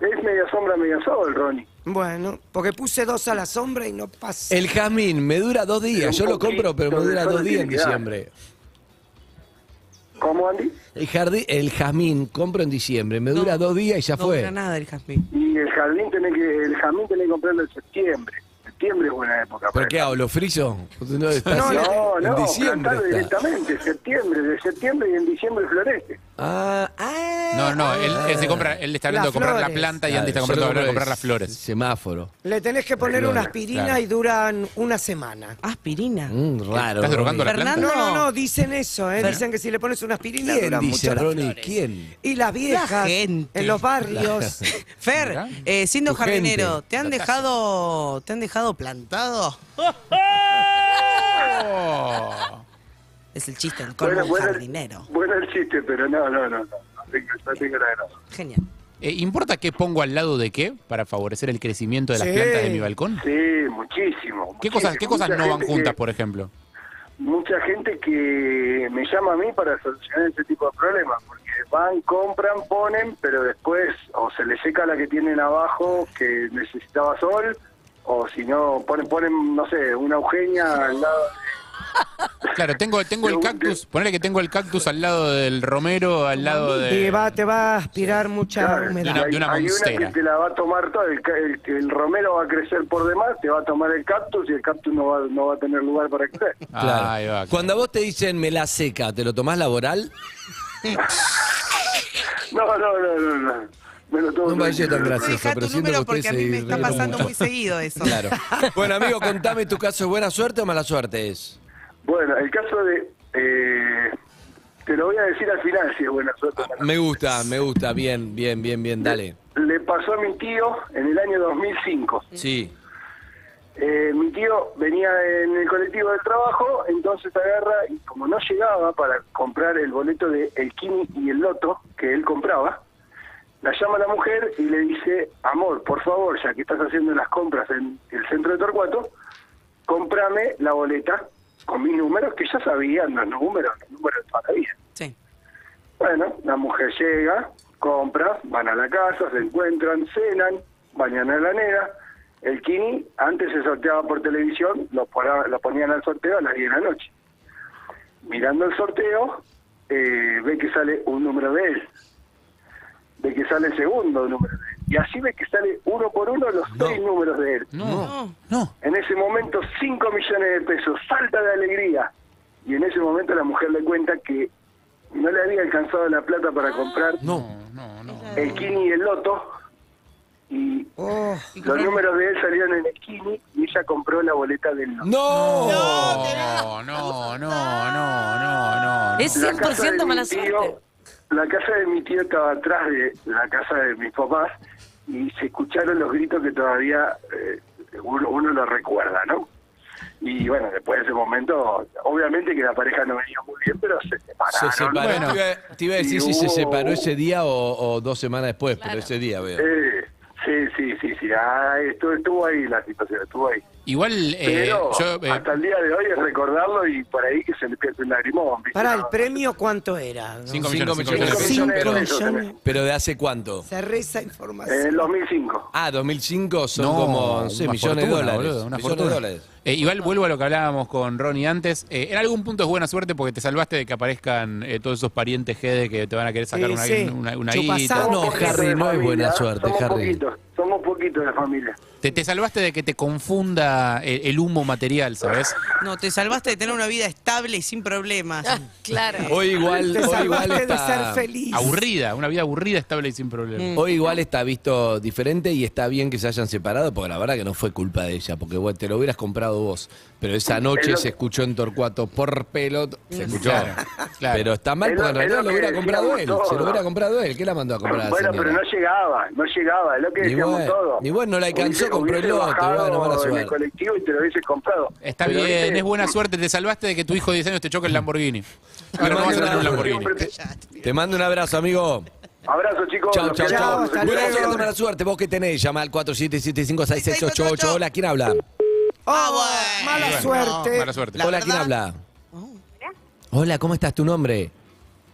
Speaker 7: Y es media sombra, media sol, Ronnie.
Speaker 4: Bueno, porque puse dos a la sombra y no pasa.
Speaker 3: El jazmín me dura dos días. Yo lo compro, pero me dura dos días en diciembre.
Speaker 7: ¿Cómo, Andy?
Speaker 3: El, jardín, el jazmín compro en diciembre. Me dura
Speaker 5: No,
Speaker 3: dos días y ya
Speaker 5: No
Speaker 3: fue.
Speaker 5: dura nada el jazmín.
Speaker 7: Y el jardín tenés que, el jardín tenés que comprarlo en septiembre. Septiembre es buena época.
Speaker 3: ¿Pero
Speaker 7: para
Speaker 3: qué
Speaker 7: eso.
Speaker 3: hago? ¿Lo friso? No, está
Speaker 4: No,
Speaker 3: así.
Speaker 7: No,
Speaker 3: en
Speaker 7: no,
Speaker 3: diciembre
Speaker 7: plantalo
Speaker 3: está.
Speaker 7: directamente, septiembre, de septiembre y en diciembre florece.
Speaker 3: Ah, ah.
Speaker 2: No, no,
Speaker 5: Eh,
Speaker 2: él, él se compra, él está hablando
Speaker 4: Las
Speaker 2: de comprar la
Speaker 4: flores.
Speaker 2: planta y
Speaker 3: Claro,
Speaker 2: Andy está
Speaker 3: yo
Speaker 2: comprando
Speaker 3: lo
Speaker 2: hablando de
Speaker 3: compro
Speaker 2: comprar las
Speaker 3: es-
Speaker 2: flores.
Speaker 3: Semáforo.
Speaker 4: Le tenés que poner
Speaker 3: Flores,
Speaker 4: una aspirina
Speaker 3: claro.
Speaker 4: y duran una semana.
Speaker 5: Aspirina.
Speaker 3: Mm, raro.
Speaker 2: ¿Estás drogando la
Speaker 3: Ronnie.
Speaker 2: planta?
Speaker 5: Fernando,
Speaker 4: No, no, no, dicen eso, ¿eh? Dicen que si le pones una aspirina
Speaker 3: ¿Quién
Speaker 4: duran
Speaker 3: dice,
Speaker 4: mucho las
Speaker 3: Ronnie?
Speaker 4: flores.
Speaker 3: ¿Quién?
Speaker 4: Y las viejas
Speaker 5: gente.
Speaker 4: en los barrios.
Speaker 5: Fer,
Speaker 2: Mirá.
Speaker 5: eh, siendo
Speaker 3: Tu
Speaker 5: jardinero,
Speaker 3: gente.
Speaker 5: ¿te han dejado te han dejado plantado?
Speaker 2: Oh.
Speaker 5: Es el chiste, el colmo
Speaker 7: Bueno,
Speaker 5: del
Speaker 7: bueno,
Speaker 5: jardinero.
Speaker 7: Bueno el chiste, pero no, no, no, no, no tengo, no tengo la gracia.
Speaker 5: Genial.
Speaker 2: Eh, ¿Importa qué pongo al lado de qué para favorecer el crecimiento de las
Speaker 4: Sí.
Speaker 2: plantas de mi balcón?
Speaker 7: Sí, muchísimo.
Speaker 2: ¿Qué cosas, qué
Speaker 7: muchísimo.
Speaker 2: cosas
Speaker 7: Mucha
Speaker 2: no van
Speaker 7: gente
Speaker 2: juntas,
Speaker 7: que-
Speaker 2: por ejemplo?
Speaker 7: Mucha gente que me llama a mí para solucionar este tipo de problemas, porque van, compran, ponen, pero después o se les seca la que tienen abajo que necesitaba sol, o si no, ponen, ponen, no sé, una Eugenia al lado.
Speaker 2: Claro, tengo, tengo el
Speaker 7: Pero-
Speaker 2: cactus, ponele que tengo el cactus al lado del romero, al lado
Speaker 4: Te,
Speaker 2: de...
Speaker 4: va, te va a aspirar mucha
Speaker 7: Claro,
Speaker 4: humedad.
Speaker 2: De una- de una
Speaker 7: hay una
Speaker 2: monstera.
Speaker 7: que te la va a tomar toda, el, ca- el, el romero va a crecer por demás, te va a tomar el cactus y el cactus no va, no va a tener lugar para crecer.
Speaker 3: Claro.
Speaker 2: Ah, ahí va.
Speaker 3: Cuando a vos te dicen me la seca, ¿te lo tomás laboral?
Speaker 7: No, no, no, no, no. Me lo tomo
Speaker 3: No me parece tan
Speaker 7: tranquilo.
Speaker 3: gracioso,
Speaker 5: Deja
Speaker 3: pero
Speaker 5: tu
Speaker 3: siento que
Speaker 5: número porque a mí
Speaker 3: ustedes
Speaker 5: me
Speaker 3: se
Speaker 5: está
Speaker 3: rieron
Speaker 5: pasando
Speaker 3: mucho.
Speaker 5: muy seguido eso.
Speaker 3: Claro. Bueno, amigo, contame tu caso. ¿Es buena suerte o mala suerte es?
Speaker 7: Bueno, el caso de... eh, te lo voy a decir al final si es buena suerte. o mala
Speaker 3: Ah, Me gusta, me gusta. Bien, bien, bien, bien. Dale.
Speaker 7: Le pasó a mi tío en el año 2005.
Speaker 3: Sí.
Speaker 7: Eh, mi tío venía en el colectivo del trabajo, entonces agarra y como no llegaba para comprar el boleto de El Kini y el Loto que él compraba, la llama la mujer y le dice, amor, por favor, ya que estás haciendo las compras en el centro de Torcuato, cómprame la boleta con mis números, que ya sabían los números, los números de toda la vida.
Speaker 5: Sí.
Speaker 7: Bueno, la mujer llega, compra, van a la casa, se encuentran, cenan, bañan a la nena. El Kini antes se sorteaba por televisión, lo, pora- lo ponían al sorteo a las 10 de la noche. Mirando el sorteo, eh, ve que sale un número de él, ve que sale el segundo número de él. Y así ve que sale uno por uno los seis números de él.
Speaker 2: No, no.
Speaker 7: En ese momento, 5 millones de pesos, salta de alegría. Y en ese momento la mujer le cuenta que no le había alcanzado la plata para comprar
Speaker 2: No, no, no.
Speaker 7: el Kini y el Loto. Y
Speaker 4: Oh,
Speaker 7: los números de él salieron en el Kini y ella compró la boleta del Loto.
Speaker 3: ¡No!
Speaker 2: No, no, no, no, no, no.
Speaker 8: Es
Speaker 7: La casa de
Speaker 8: 100%
Speaker 7: mi
Speaker 8: mala
Speaker 7: tío-
Speaker 8: suerte.
Speaker 7: La casa de mi tío estaba atrás de la casa de mis papás y se escucharon los gritos que todavía eh, uno, uno lo recuerda, ¿no? Y bueno, después de ese momento, obviamente que la pareja no venía muy bien, pero se
Speaker 3: Se
Speaker 7: separaron.
Speaker 3: separó.
Speaker 2: Bueno.
Speaker 3: Te iba- te iba a decir si se
Speaker 7: No.
Speaker 3: separó ese día o, o dos semanas después, pero ese día veo.
Speaker 7: Eh, sí, sí, sí, sí. Ah, estuvo, estuvo ahí la situación, estuvo ahí.
Speaker 2: Igual, eh,
Speaker 7: Pero
Speaker 2: yo... eh,
Speaker 7: hasta el día de hoy es recordarlo y por ahí que se le pierde un lagrimón. ¿viste?
Speaker 4: para el
Speaker 7: No,
Speaker 4: premio, ¿cuánto era?
Speaker 2: Cinco
Speaker 3: Cinco
Speaker 2: millones, cinco
Speaker 3: millones
Speaker 2: millones.
Speaker 3: de pesos,
Speaker 4: Cinco
Speaker 3: pero,
Speaker 4: millones.
Speaker 3: pero de hace cuánto?
Speaker 4: Se reza
Speaker 7: En Eh, el
Speaker 4: información.
Speaker 7: 2005.
Speaker 3: Ah, 2005 son
Speaker 2: No,
Speaker 3: como 11
Speaker 2: una
Speaker 3: millones de
Speaker 2: fortuna,
Speaker 3: dólares.
Speaker 2: boludo, una
Speaker 3: millones
Speaker 2: fortuna.
Speaker 3: de dólares.
Speaker 2: Eh, igual vuelvo a lo que hablábamos con Ronnie antes. Eh, en algún punto es buena suerte porque te salvaste de que aparezcan eh, todos esos parientes GD que te van a querer sacar
Speaker 4: Sí,
Speaker 2: una,
Speaker 4: sí.
Speaker 2: una, una
Speaker 4: Chupasano.
Speaker 2: guita.
Speaker 3: No,
Speaker 7: Somos poquitos
Speaker 3: Harry,
Speaker 7: de
Speaker 3: no es buena
Speaker 7: familia, ¿eh?
Speaker 3: suerte,
Speaker 7: somos
Speaker 3: Harry.
Speaker 7: Poquitos, somos poquitos de familia.
Speaker 2: Te, te salvaste de que te confunda el, el humo eh, material, ¿sabes?
Speaker 5: No, te salvaste de tener una vida estable y sin problemas.
Speaker 8: claro.
Speaker 3: Hoy igual,
Speaker 4: Te
Speaker 3: hoy igual
Speaker 4: salvaste de
Speaker 3: está,
Speaker 4: ser feliz.
Speaker 2: Aburrida, una vida aburrida, estable y sin problemas.
Speaker 3: hoy igual está visto diferente y está bien que se hayan separado, porque la verdad que no fue culpa de ella, porque bueno, te lo hubieras comprado vos. Pero esa noche
Speaker 7: lo-
Speaker 3: se escuchó en Torcuato por pelot, se escuchó.
Speaker 2: Mm. Claro, claro.
Speaker 3: Pero está mal
Speaker 7: Es
Speaker 3: porque en
Speaker 7: lo- es
Speaker 3: realidad
Speaker 7: lo
Speaker 3: lo
Speaker 7: que
Speaker 3: hubiera comprado
Speaker 7: decíamos
Speaker 3: él.
Speaker 7: todos,
Speaker 3: Se lo
Speaker 7: ¿no?
Speaker 3: hubiera comprado él. ¿Qué la mandó a comprar a la
Speaker 7: Bueno,
Speaker 3: señora?
Speaker 7: pero no llegaba, no llegaba, es lo que
Speaker 3: Ni
Speaker 7: decíamos
Speaker 3: bueno,
Speaker 7: todo.
Speaker 3: ni bueno, no la alcanzó,
Speaker 7: Hubiese-
Speaker 3: compró el
Speaker 7: hubiese
Speaker 3: lote,
Speaker 7: bajado
Speaker 3: bueno, mala
Speaker 7: en
Speaker 3: suerte.
Speaker 7: el colectivo y te lo hubiese comprado.
Speaker 2: Está
Speaker 7: Pero, este-
Speaker 2: bien,
Speaker 7: ¿viste?
Speaker 2: es buena suerte, te salvaste de que tu hijo de 10 años te choque el Lamborghini. Ahora no vas a tener un Lamborghini.
Speaker 7: Siempre-
Speaker 3: Te mando un abrazo, amigo.
Speaker 7: Abrazo, chicos.
Speaker 3: Chao,
Speaker 7: los
Speaker 3: chao,
Speaker 7: quiero.
Speaker 3: chao.
Speaker 4: Chao, hasta
Speaker 3: Buena
Speaker 4: luego.
Speaker 3: suerte, mala suerte. Vos que tenés, llama al 47756688. Hola, ¿quién habla?
Speaker 5: Ah,
Speaker 4: Oh,
Speaker 5: bueno.
Speaker 4: Mala
Speaker 2: Bueno,
Speaker 4: suerte.
Speaker 2: Mala suerte.
Speaker 5: La
Speaker 3: Hola, ¿quién
Speaker 5: verdad-
Speaker 3: habla? Hola, ¿cómo estás? ¿Tu nombre?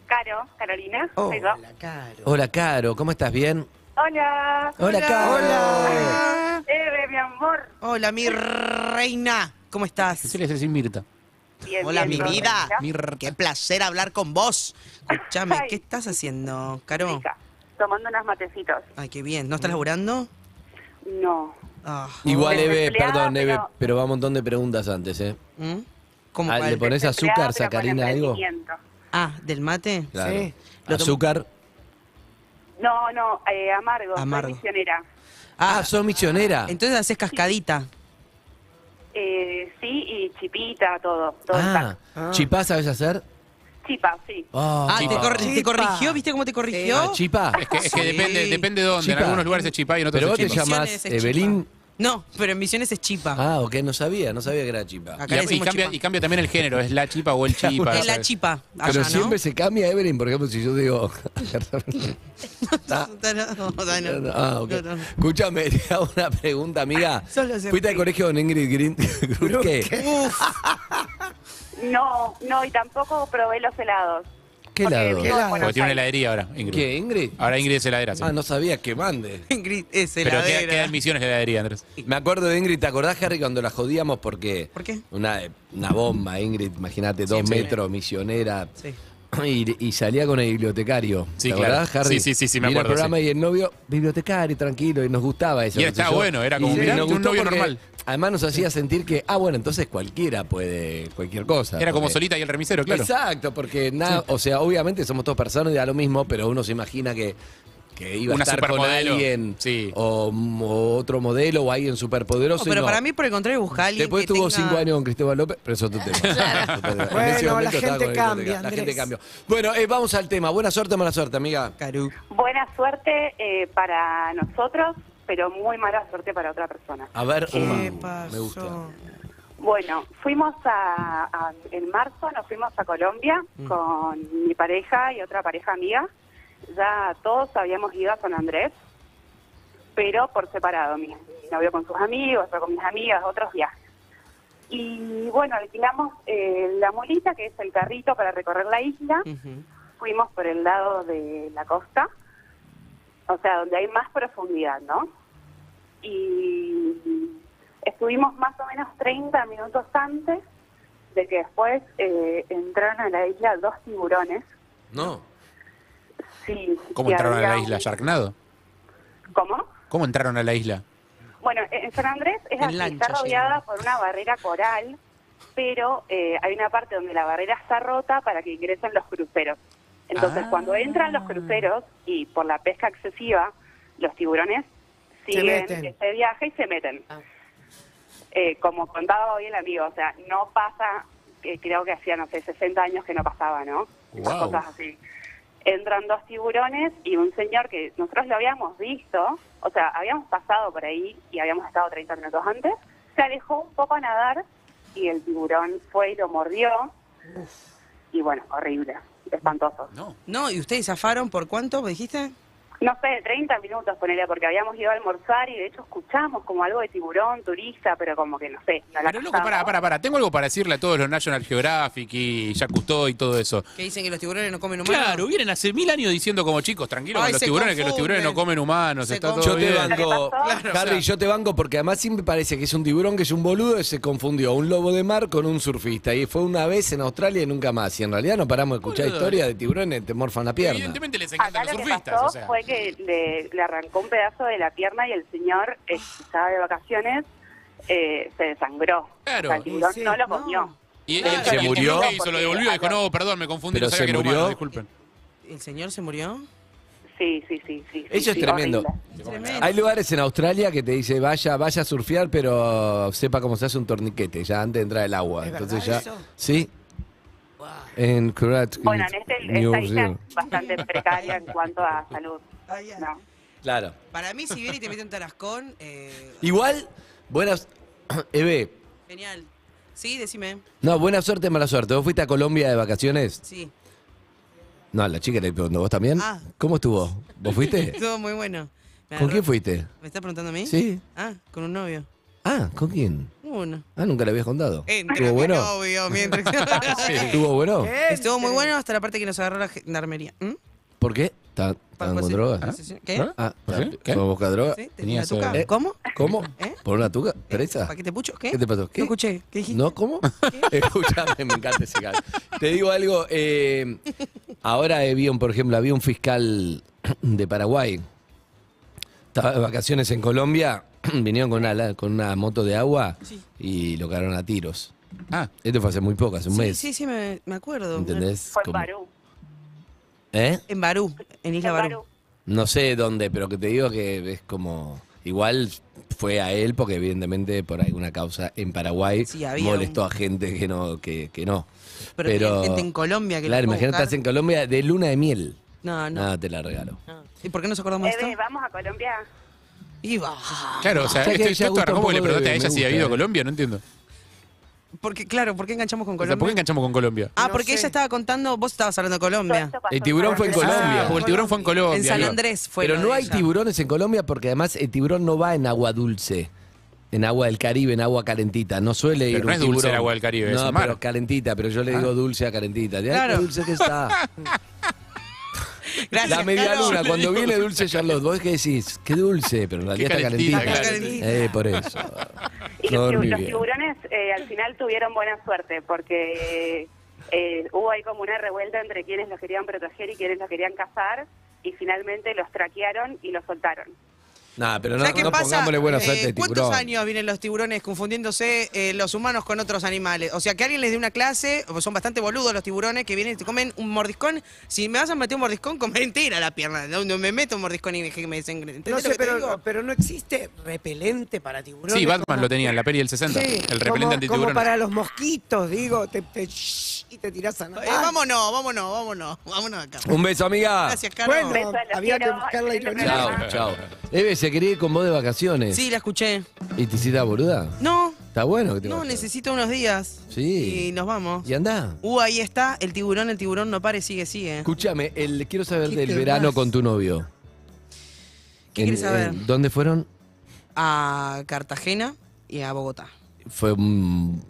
Speaker 9: Caro, Carolina.
Speaker 4: Oh,
Speaker 9: soy yo.
Speaker 4: la caro.
Speaker 3: Hola, Caro, ¿cómo estás? ¿Bien?
Speaker 9: Hola.
Speaker 3: Hola, Caro.
Speaker 9: Eve, mi amor.
Speaker 5: Hola, mi reina. ¿Cómo estás?
Speaker 2: ¿Qué le decís Mirta?
Speaker 9: Bien,
Speaker 5: Hola, mi
Speaker 9: bien, todo
Speaker 5: vida.
Speaker 9: bien,
Speaker 5: Qué placer hablar con vos. Escuchame,
Speaker 9: Ay.
Speaker 5: ¿qué estás haciendo,
Speaker 9: ¿no?
Speaker 5: Caro?
Speaker 9: Rica, Tomando unos matecitos.
Speaker 5: Ay, qué bien. ¿No estás laburando?
Speaker 9: No.
Speaker 5: Ah.
Speaker 3: Igual, Eve,
Speaker 9: desempleada,
Speaker 3: perdón, Eve,
Speaker 9: pero-
Speaker 3: pero va un montón de preguntas antes, ¿eh?
Speaker 5: ¿Mm? ¿Cómo
Speaker 3: Ah,
Speaker 5: cuál?
Speaker 3: ¿Le pones azúcar,
Speaker 9: Desempleada, pero con
Speaker 3: sacarina, algo?
Speaker 9: emprendimiento.
Speaker 5: Ah, ¿del mate?
Speaker 3: Claro.
Speaker 4: Sí.
Speaker 3: ¿Azúcar?
Speaker 9: No, no, eh, amargo. soy
Speaker 5: Amargo.
Speaker 9: misionera.
Speaker 3: Ah, ¿sos misionera?
Speaker 5: Entonces haces cascadita.
Speaker 9: Eh, sí, y chipita, todo. todo
Speaker 3: Ah,
Speaker 4: Ah.
Speaker 3: ¿chipá sabes hacer?
Speaker 9: está. Chipa, sí.
Speaker 3: Ah,
Speaker 5: Ah, te,
Speaker 2: chipa.
Speaker 5: cor- te corrigió, ¿viste cómo te corrigió?
Speaker 3: Ah, ¿Chipá?
Speaker 2: Es que, es que
Speaker 5: Sí.
Speaker 2: depende, depende de dónde.
Speaker 3: Chipa.
Speaker 2: En algunos lugares es chipá y en otros
Speaker 3: Pero vos
Speaker 2: es
Speaker 3: te
Speaker 2: chipa.
Speaker 5: Misiones
Speaker 3: llamás
Speaker 5: es chipa.
Speaker 3: Evelyn.
Speaker 5: No, pero en Misiones es chipa.
Speaker 3: Ah, ok, no sabía, no sabía que era chipa.
Speaker 5: Acá le
Speaker 2: Y- y,
Speaker 5: decimos
Speaker 2: cambia,
Speaker 5: chipa.
Speaker 2: y cambia también el género, es la chipa o el chipa.
Speaker 5: es la
Speaker 2: ¿sabes?
Speaker 5: chipa. Allá,
Speaker 3: Pero
Speaker 5: ¿no?
Speaker 3: siempre se cambia Evelyn, por ejemplo, si yo digo.
Speaker 5: No, no, no, no.
Speaker 3: ah, ok.
Speaker 5: No, no.
Speaker 3: Escúchame, te hago una pregunta, amiga.
Speaker 5: Solo se
Speaker 3: ¿Fuiste al
Speaker 5: ríe.
Speaker 3: colegio con Ingrid Green? ¿Qué?
Speaker 5: Uf,
Speaker 9: No, no, y tampoco probé los helados.
Speaker 3: ¿Qué
Speaker 9: Porque
Speaker 3: lado?
Speaker 9: vivo
Speaker 3: ¿Qué
Speaker 9: en
Speaker 3: lado?
Speaker 2: Porque
Speaker 9: Buenos
Speaker 2: tiene una
Speaker 9: Aires.
Speaker 2: heladería ahora, Ingrid.
Speaker 3: ¿Qué, Ingrid?
Speaker 2: Ahora Ingrid es heladera, sí.
Speaker 3: Ah, no sabía, que mande.
Speaker 5: Ingrid, es
Speaker 2: Pero queda,
Speaker 5: heladera.
Speaker 2: queda en misiones la heladería, Andrés.
Speaker 3: Me acuerdo de Ingrid, ¿te acordás, Harry, cuando la jodíamos porque.
Speaker 5: ¿Por qué?
Speaker 3: Una, una bomba, Ingrid, imagínate, dos
Speaker 5: Siempre.
Speaker 3: metros, misionera.
Speaker 5: Sí.
Speaker 3: Y, y salía con el bibliotecario.
Speaker 2: Sí,
Speaker 3: ¿Te
Speaker 2: claro.
Speaker 3: acordás, Harry?
Speaker 2: Sí, sí, sí, sí, me
Speaker 3: Vino al
Speaker 2: acuerdo,
Speaker 3: programa y el novio, bibliotecario, tranquilo, y nos gustaba eso.
Speaker 2: Y
Speaker 3: qué
Speaker 2: está
Speaker 3: sé yo.
Speaker 2: bueno, era como,
Speaker 3: Y
Speaker 2: mirá,
Speaker 3: nos
Speaker 2: un
Speaker 3: gustó
Speaker 2: novio
Speaker 3: porque
Speaker 2: normal.
Speaker 3: Además nos hacía sentir que, ah, bueno, entonces cualquiera puede, cualquier cosa.
Speaker 2: Era como
Speaker 3: porque-
Speaker 2: Solita y el remisero, claro.
Speaker 3: Exacto, porque nada, o sea, obviamente somos todos personas y da lo mismo, pero uno se imagina que, que iba
Speaker 2: Una
Speaker 3: a estar con
Speaker 2: supermodelo,
Speaker 3: alguien
Speaker 2: sí.
Speaker 3: o, o otro modelo o alguien superpoderoso. y
Speaker 5: No, pero
Speaker 3: no.
Speaker 5: para mí, por el contrario, busca a alguien
Speaker 3: Después
Speaker 5: que
Speaker 3: tuvo
Speaker 5: tenga-
Speaker 3: cinco años con Cristóbal López, pero eso es otro tema. En ese
Speaker 4: Bueno, la
Speaker 3: momento estaba
Speaker 4: gente
Speaker 3: con el
Speaker 4: cambia,
Speaker 3: bibliotecario. La
Speaker 4: Andrés.
Speaker 3: gente cambió. Bueno, eh, vamos al tema. Buena suerte o mala suerte, amiga.
Speaker 5: Caru.
Speaker 9: Buena suerte eh, para nosotros, pero muy mala suerte para otra persona.
Speaker 3: A ver,
Speaker 5: ¿Qué
Speaker 3: uh,
Speaker 5: pasó?
Speaker 3: me gusta.
Speaker 9: Bueno, fuimos a, a- en marzo nos fuimos a Colombia
Speaker 3: Mm.
Speaker 9: con mi pareja y otra pareja amiga. Ya todos habíamos ido a San Andrés, pero por separado. Mi, mi novio con sus amigos, yo con mis amigas, otros viajes. Y bueno, alquilamos eh, la mulita, que es el carrito para recorrer la isla.
Speaker 5: Ujú.
Speaker 9: Fuimos por el lado de la costa, o sea, donde hay más profundidad, ¿no? y estuvimos más o menos 30 minutos antes de que después eh, entraron a la isla dos tiburones.
Speaker 3: No.
Speaker 9: Sí,
Speaker 2: ¿Cómo
Speaker 9: que
Speaker 2: entraron a
Speaker 9: había
Speaker 2: la
Speaker 9: un-
Speaker 2: isla? ¿Sharknado?
Speaker 9: ¿Cómo?
Speaker 2: ¿Cómo entraron a la isla?
Speaker 9: Bueno, en San Andrés es
Speaker 5: En
Speaker 9: así,
Speaker 5: lancha
Speaker 9: está rodeada
Speaker 5: llegaron.
Speaker 9: por una barrera coral, pero eh, hay una parte donde la barrera está rota para que ingresen los cruceros. Entonces,
Speaker 2: Ah.
Speaker 9: cuando entran los cruceros y por la pesca excesiva, los tiburones siguen
Speaker 4: meten.
Speaker 9: este viaje y se meten.
Speaker 8: Ah.
Speaker 9: Eh, como contaba hoy el amigo, o sea, no pasa, que creo que hacía, no sé, 60 años que no pasaba, ¿no?
Speaker 2: Guau.
Speaker 9: Cosas así. Entran dos tiburones y un señor que nosotros lo habíamos visto, o sea, habíamos pasado por ahí y habíamos estado 30 minutos antes, se alejó un poco a nadar y el tiburón fue y lo mordió. Y bueno, horrible, espantoso.
Speaker 2: No.
Speaker 5: No, ¿y ustedes zafaron por cuánto, me dijiste?
Speaker 9: No sé, 30 minutos, ponele, porque habíamos ido a almorzar y de hecho escuchamos como algo de tiburón, turista, pero como que no sé. No la
Speaker 2: Pero loco, pará,
Speaker 9: captamos.
Speaker 2: pará, pará. Tengo algo para decirle a todos los National Geographic y Jacques Cousteau y todo eso.
Speaker 5: Que dicen que los tiburones no comen humanos.
Speaker 2: Claro, vienen hace mil años diciendo como chicos, tranquilos
Speaker 5: Ay,
Speaker 2: con los
Speaker 5: se
Speaker 2: tiburones, que los tiburones no
Speaker 5: confunden.
Speaker 2: comen humanos,
Speaker 5: Se
Speaker 2: está todo
Speaker 3: Yo te
Speaker 2: bien.
Speaker 3: banco,
Speaker 9: Lo que pasó-
Speaker 5: Claro,
Speaker 3: Harry,
Speaker 5: o sea.
Speaker 3: yo te banco porque además siempre parece que es un tiburón que es un boludo que se confundió un lobo de mar con un surfista. Y fue una vez en Australia y nunca más. Y en realidad no paramos de escuchar
Speaker 2: Boludo.
Speaker 3: historias de tiburones, te morfan la pierna.
Speaker 2: Evidentemente les
Speaker 9: Acá
Speaker 2: encantan
Speaker 9: lo
Speaker 2: los
Speaker 9: que
Speaker 2: surfistas,
Speaker 9: pasó
Speaker 2: o sea.
Speaker 9: fue que le, le arrancó un pedazo de la pierna y el señor eh, estaba de vacaciones, eh, se desangró.
Speaker 2: Claro.
Speaker 9: O sea, el tiburón
Speaker 4: Sí,
Speaker 9: no lo
Speaker 4: no.
Speaker 9: comió.
Speaker 2: Y
Speaker 5: Claro.
Speaker 2: él
Speaker 3: ¿Se murió?
Speaker 2: hizo, lo devolvió y dijo, no, perdón, me confundí,
Speaker 3: Pero
Speaker 2: no sabía
Speaker 3: se
Speaker 2: que era
Speaker 3: murió.
Speaker 2: humano, disculpen.
Speaker 5: ¿El señor se murió?
Speaker 9: Sí, sí, sí, sí.
Speaker 3: Eso
Speaker 9: sí,
Speaker 3: es
Speaker 9: sí,
Speaker 3: tremendo.
Speaker 9: horrible.
Speaker 3: Hay lugares en Australia que te dice vaya, vaya a surfear, pero sepa cómo se hace un torniquete, ya antes de entrar el agua.
Speaker 4: ¿Es
Speaker 3: Entonces ya.
Speaker 4: verdad eso?
Speaker 3: Sí. En Kurat,
Speaker 9: Bueno, en este
Speaker 3: New
Speaker 9: esta isla
Speaker 3: Zealand.
Speaker 9: es bastante precaria en cuanto a salud.
Speaker 4: Ah,
Speaker 5: Ay, ay.
Speaker 9: ¿no?
Speaker 3: Claro.
Speaker 5: Para mí, si viene y te mete un tarascón, eh,
Speaker 3: Igual, buenas. Eve,
Speaker 5: genial. Sí, decime.
Speaker 3: no, buena suerte, mala suerte. ¿Vos fuiste a Colombia de vacaciones?
Speaker 5: Sí.
Speaker 3: No, a la chica le preguntó, ¿vos también?
Speaker 5: Ah.
Speaker 3: ¿Cómo estuvo? ¿Vos fuiste?
Speaker 5: Estuvo muy bueno. Me
Speaker 3: ¿Con
Speaker 5: agarró-
Speaker 3: quién fuiste?
Speaker 5: ¿Me estás preguntando a mí?
Speaker 3: Sí.
Speaker 5: Ah, con un novio.
Speaker 3: Ah, ¿con quién?
Speaker 5: Uno.
Speaker 3: Ah, nunca le habías contado.
Speaker 5: Entre
Speaker 3: ¿Estuvo bueno?
Speaker 5: novio, mientras.
Speaker 3: ¿Estuvo bueno?
Speaker 5: Estuvo muy bueno hasta la parte que nos agarró la gendarmería. ¿Mm?
Speaker 3: ¿Por qué? ¿Estaban
Speaker 5: Para
Speaker 3: con
Speaker 5: posi-
Speaker 3: drogas?
Speaker 5: posesión- ¿Qué?
Speaker 3: Ah,
Speaker 2: ¿Por qué?
Speaker 3: ¿Qué? ¿Fuimos a buscar droga?
Speaker 5: ¿Sí? ¿Te-
Speaker 2: Tenías,
Speaker 5: la tuca?
Speaker 3: eh,
Speaker 5: ¿Cómo?
Speaker 3: ¿Cómo?
Speaker 5: ¿Eh?
Speaker 3: ¿Por una tuca? ¿Teresa?
Speaker 5: ¿Para qué te pucho? ¿Qué?
Speaker 3: ¿Qué te pasó? ¿Qué?
Speaker 5: No escuché. ¿Qué dijiste?
Speaker 3: ¿No? ¿Cómo? Escuchame, me encanta ese gato. Te digo algo. eh, ahora había, un- por ejemplo, había un fiscal de Paraguay. Estaba de vacaciones en Colombia. Vinieron con una, la- con una moto de agua
Speaker 5: Sí.
Speaker 3: y lo cagaron a tiros.
Speaker 2: Ah,
Speaker 3: Esto fue hace muy poco, hace un
Speaker 5: sí,
Speaker 3: mes.
Speaker 5: sí, sí, me, me acuerdo.
Speaker 3: ¿Entendés?
Speaker 9: Fue en
Speaker 3: Como-
Speaker 9: Barú.
Speaker 3: ¿Eh?
Speaker 5: En Barú, en Isla
Speaker 9: En
Speaker 5: Barú.
Speaker 9: Barú.
Speaker 3: No sé dónde, pero que te digo que es como. Igual fue a él porque evidentemente por alguna causa en Paraguay
Speaker 5: Sí, había
Speaker 3: molestó
Speaker 5: un-
Speaker 3: a gente que no, que, que no.
Speaker 5: Pero,
Speaker 3: Pero-
Speaker 5: hay gente en Colombia que
Speaker 3: Claro,
Speaker 5: lo fue a
Speaker 3: imagínate estás
Speaker 5: buscar.
Speaker 3: en Colombia de luna de miel.
Speaker 5: No, no.
Speaker 3: Nada, te la regalo.
Speaker 5: no. ¿Y por qué nos acordamos de
Speaker 9: Eve,
Speaker 5: esto?
Speaker 9: vamos a Colombia.
Speaker 5: Iba.
Speaker 2: claro, o sea, este,
Speaker 3: Ya que
Speaker 2: esto,
Speaker 3: ya
Speaker 2: esto
Speaker 3: gusta
Speaker 2: arrancó
Speaker 3: un
Speaker 2: porque le
Speaker 3: poco de-
Speaker 2: pregunté a
Speaker 3: me
Speaker 2: ella si había
Speaker 3: gusta,
Speaker 2: ido a
Speaker 3: eh.
Speaker 2: Colombia, no entiendo.
Speaker 5: Porque, claro, ¿por qué enganchamos con
Speaker 2: O sea, ¿por qué
Speaker 5: Colombia?
Speaker 2: enganchamos con Colombia?
Speaker 5: ah,
Speaker 4: No
Speaker 5: porque
Speaker 4: sé.
Speaker 5: ella estaba contando, vos estabas hablando de
Speaker 9: Todo
Speaker 5: Colombia.
Speaker 9: esto pasó
Speaker 3: El tiburón
Speaker 9: en
Speaker 3: fue en
Speaker 9: Barcelona.
Speaker 3: Colombia.
Speaker 2: Ah, porque el tiburón fue en Colombia.
Speaker 5: En San
Speaker 2: digo.
Speaker 5: Andrés fue.
Speaker 3: Pero
Speaker 5: lo
Speaker 3: no
Speaker 5: de
Speaker 3: hay
Speaker 5: ella.
Speaker 3: tiburones en Colombia porque además el tiburón no va en agua dulce. En agua del Caribe, en agua calentita. No suele
Speaker 2: Pero
Speaker 3: ir
Speaker 2: no
Speaker 3: un
Speaker 2: es dulce el
Speaker 3: tiburón.
Speaker 2: agua del Caribe, es
Speaker 3: No,
Speaker 2: el mar.
Speaker 3: pero calentita. Pero yo le digo dulce a calentita. Mirá
Speaker 5: Ah. Claro.
Speaker 3: qué dulce que está.
Speaker 5: Gracias,
Speaker 3: la media
Speaker 5: Caro.
Speaker 3: luna.
Speaker 2: le
Speaker 3: Cuando
Speaker 2: digo
Speaker 3: viene dulce Charlotte, vos qué decís, qué dulce. Pero en realidad está
Speaker 2: calentita,
Speaker 3: calentita.
Speaker 5: claro.
Speaker 3: Eh, por eso.
Speaker 9: Y
Speaker 3: No
Speaker 9: los,
Speaker 3: dormí
Speaker 9: los
Speaker 3: bien.
Speaker 9: tiburones eh, al final tuvieron buena suerte porque eh, hubo ahí como una revuelta entre quienes los querían proteger y quienes los querían cazar y finalmente los traquearon y los soltaron.
Speaker 3: Nah, pero no,
Speaker 5: ¿Sabés qué
Speaker 3: no
Speaker 5: pasa?
Speaker 3: pongámosle buena
Speaker 5: Eh,
Speaker 3: suerte al
Speaker 5: ¿Cuántos
Speaker 3: tiburón.
Speaker 5: años vienen los tiburones confundiéndose eh, los humanos con otros animales? O sea, que alguien les dé una clase, o son bastante boludos los tiburones que vienen y te comen un mordiscón. Si me vas a meter un mordiscón, come entera la pierna. No, no me meto un mordiscón y que me desengre. ¿Entendés
Speaker 4: No
Speaker 5: lo
Speaker 4: sé,
Speaker 5: que te digo?
Speaker 4: pero, pero no existe repelente para tiburones.
Speaker 2: Sí, Batman
Speaker 4: como-
Speaker 2: lo tenía en la peli del 60,
Speaker 4: Sí,
Speaker 2: el
Speaker 4: como,
Speaker 2: repelente
Speaker 4: como
Speaker 2: antitiburón.
Speaker 4: para los mosquitos, digo, te, te- shh, y te tirás a nadar.
Speaker 5: Eh, vámonos, vámonos, vámonos, vámonos de acá.
Speaker 3: Un beso, amiga.
Speaker 5: Gracias, Carlos.
Speaker 4: Bueno,
Speaker 9: Beso, los
Speaker 4: había que
Speaker 9: quiero,
Speaker 4: buscarla y
Speaker 9: excelente
Speaker 4: yo-
Speaker 3: Chao, chao. Eve, se quería ir con vos de vacaciones.
Speaker 5: Sí, la escuché.
Speaker 3: ¿Y te hiciste la boluda?
Speaker 5: No,
Speaker 3: Está bueno que te
Speaker 5: no,
Speaker 3: vayas.
Speaker 5: necesito unos días.
Speaker 3: Sí.
Speaker 5: Y nos vamos.
Speaker 3: Y andá.
Speaker 5: Uh, ahí está, el tiburón, el tiburón no pare, sigue, sigue.
Speaker 3: Escúchame, el, quiero saber
Speaker 4: ¿Qué
Speaker 3: del
Speaker 4: te
Speaker 3: verano
Speaker 4: vas?
Speaker 3: con tu novio.
Speaker 5: ¿Qué
Speaker 3: En-
Speaker 5: quieres saber?
Speaker 3: en- ¿Dónde fueron?
Speaker 5: A Cartagena y a Bogotá.
Speaker 3: Fue un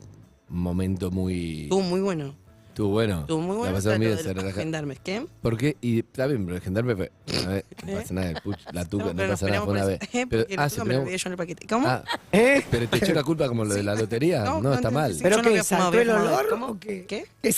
Speaker 3: momento muy.
Speaker 5: Estuvo muy bueno.
Speaker 3: Estuvo bueno.
Speaker 5: Estuvo muy bueno.
Speaker 3: La pasaron
Speaker 5: hasta
Speaker 3: bien,
Speaker 5: lo
Speaker 3: se
Speaker 5: de los
Speaker 3: relaja-
Speaker 5: gendarmes, ¿qué?
Speaker 3: ¿Por qué? Y está bien, pero el gendarme fue. una vez, no pasa nada, el puch, la tuca, no,
Speaker 5: ¿Eh? pero nos
Speaker 3: pasa nada,
Speaker 5: peleamos
Speaker 3: fue una
Speaker 5: por
Speaker 3: vez.
Speaker 5: eso. Eh,
Speaker 3: Pero,
Speaker 5: porque
Speaker 3: ah,
Speaker 5: la
Speaker 3: se
Speaker 5: tuca me lo
Speaker 3: pelearon-
Speaker 5: olvidé yo en el paquete. ¿Cómo?
Speaker 3: Ah,
Speaker 4: ¿Eh?
Speaker 3: pero te echó la culpa como lo de la lotería. No, está
Speaker 5: entendí,
Speaker 3: mal.
Speaker 5: sí,
Speaker 4: ¿Pero
Speaker 5: yo no
Speaker 4: qué?
Speaker 5: había fumado,
Speaker 4: ¿Saltó
Speaker 5: había
Speaker 4: el
Speaker 5: fumado.
Speaker 4: olor
Speaker 5: ¿Cómo?
Speaker 4: o qué?
Speaker 5: ¿Qué?
Speaker 4: ¿Qué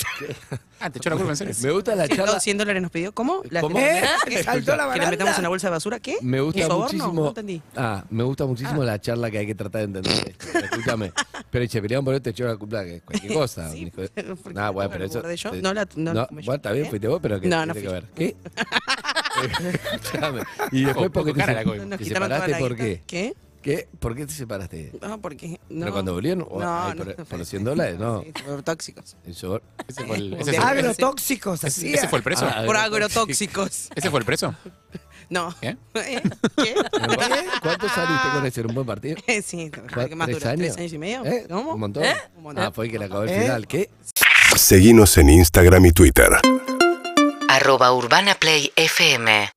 Speaker 2: Ah, te echó la culpa en serio.
Speaker 3: Me gusta la charla.
Speaker 5: 100 dólares nos pidió. ¿Cómo? ¿La
Speaker 3: ¿Cómo?
Speaker 5: ¿Eh?
Speaker 4: ¿Eh? ¿Saltó la
Speaker 5: ¿Que
Speaker 4: baranda?
Speaker 5: la metamos en la bolsa de basura? ¿Qué?
Speaker 3: Me gusta
Speaker 5: ¿Un soborno? No
Speaker 3: muchísimo.
Speaker 5: entendí.
Speaker 3: ah, me gusta muchísimo la charla que hay que tratar de entender. esto. Escúchame. Pero che, pelearon por esto, echó la culpa que es cualquier cosa.
Speaker 5: Sí,
Speaker 3: un hijo de-
Speaker 5: pero ¿por qué
Speaker 3: Nah,
Speaker 5: la
Speaker 3: bueno,
Speaker 5: tuca
Speaker 3: pero
Speaker 5: la
Speaker 3: eso.
Speaker 5: guardé yo? No la- no la comí yo.
Speaker 3: bueno, está bien,
Speaker 5: ¿Eh?
Speaker 3: fuiste vos, pero que
Speaker 5: No, no
Speaker 3: tiene que
Speaker 5: fui
Speaker 3: ver. ¿Qué? Escúchame. Y después
Speaker 2: Oh,
Speaker 3: porque
Speaker 2: poco cara la
Speaker 5: No,
Speaker 2: coima.
Speaker 5: Nos
Speaker 3: te
Speaker 5: quitaron toda
Speaker 3: separaste
Speaker 5: la
Speaker 3: por
Speaker 5: guita.
Speaker 3: qué?
Speaker 5: ¿Qué?
Speaker 3: ¿Qué? ¿Por qué te separaste?
Speaker 5: No, porque. No.
Speaker 3: ¿Pero cuando volvieron? O- ay, por- por
Speaker 5: fue-
Speaker 3: los 100 dólares, no.
Speaker 5: Sí, por tóxicos.
Speaker 3: El short.
Speaker 2: Ese fue el, ese
Speaker 4: Ah,
Speaker 5: Ese-
Speaker 2: fue-
Speaker 4: Agrotóxicos, así.
Speaker 2: ese fue el preso.
Speaker 3: Ah,
Speaker 5: Por agrotóxicos.
Speaker 2: Ese fue el preso.
Speaker 5: No.
Speaker 2: ¿Qué?
Speaker 5: ¿Eh? ¿Qué?
Speaker 3: ¿Cuánto saliste con ese? ¿Era un buen partido?
Speaker 5: Sí, fue
Speaker 3: ¿Cuá-
Speaker 5: el que más
Speaker 3: ¿Tres
Speaker 5: duró.
Speaker 3: años?
Speaker 5: ¿Tres años y medio?
Speaker 3: ¿Eh?
Speaker 5: ¿Cómo?
Speaker 3: ¿Un montón?
Speaker 5: ¿Eh? Un montón.
Speaker 3: Ah, fue el que le acabó el
Speaker 4: ¿Eh?
Speaker 3: final. ¿Qué?
Speaker 8: Seguinos en Instagram y Twitter.
Speaker 10: arroba Urbana Play FM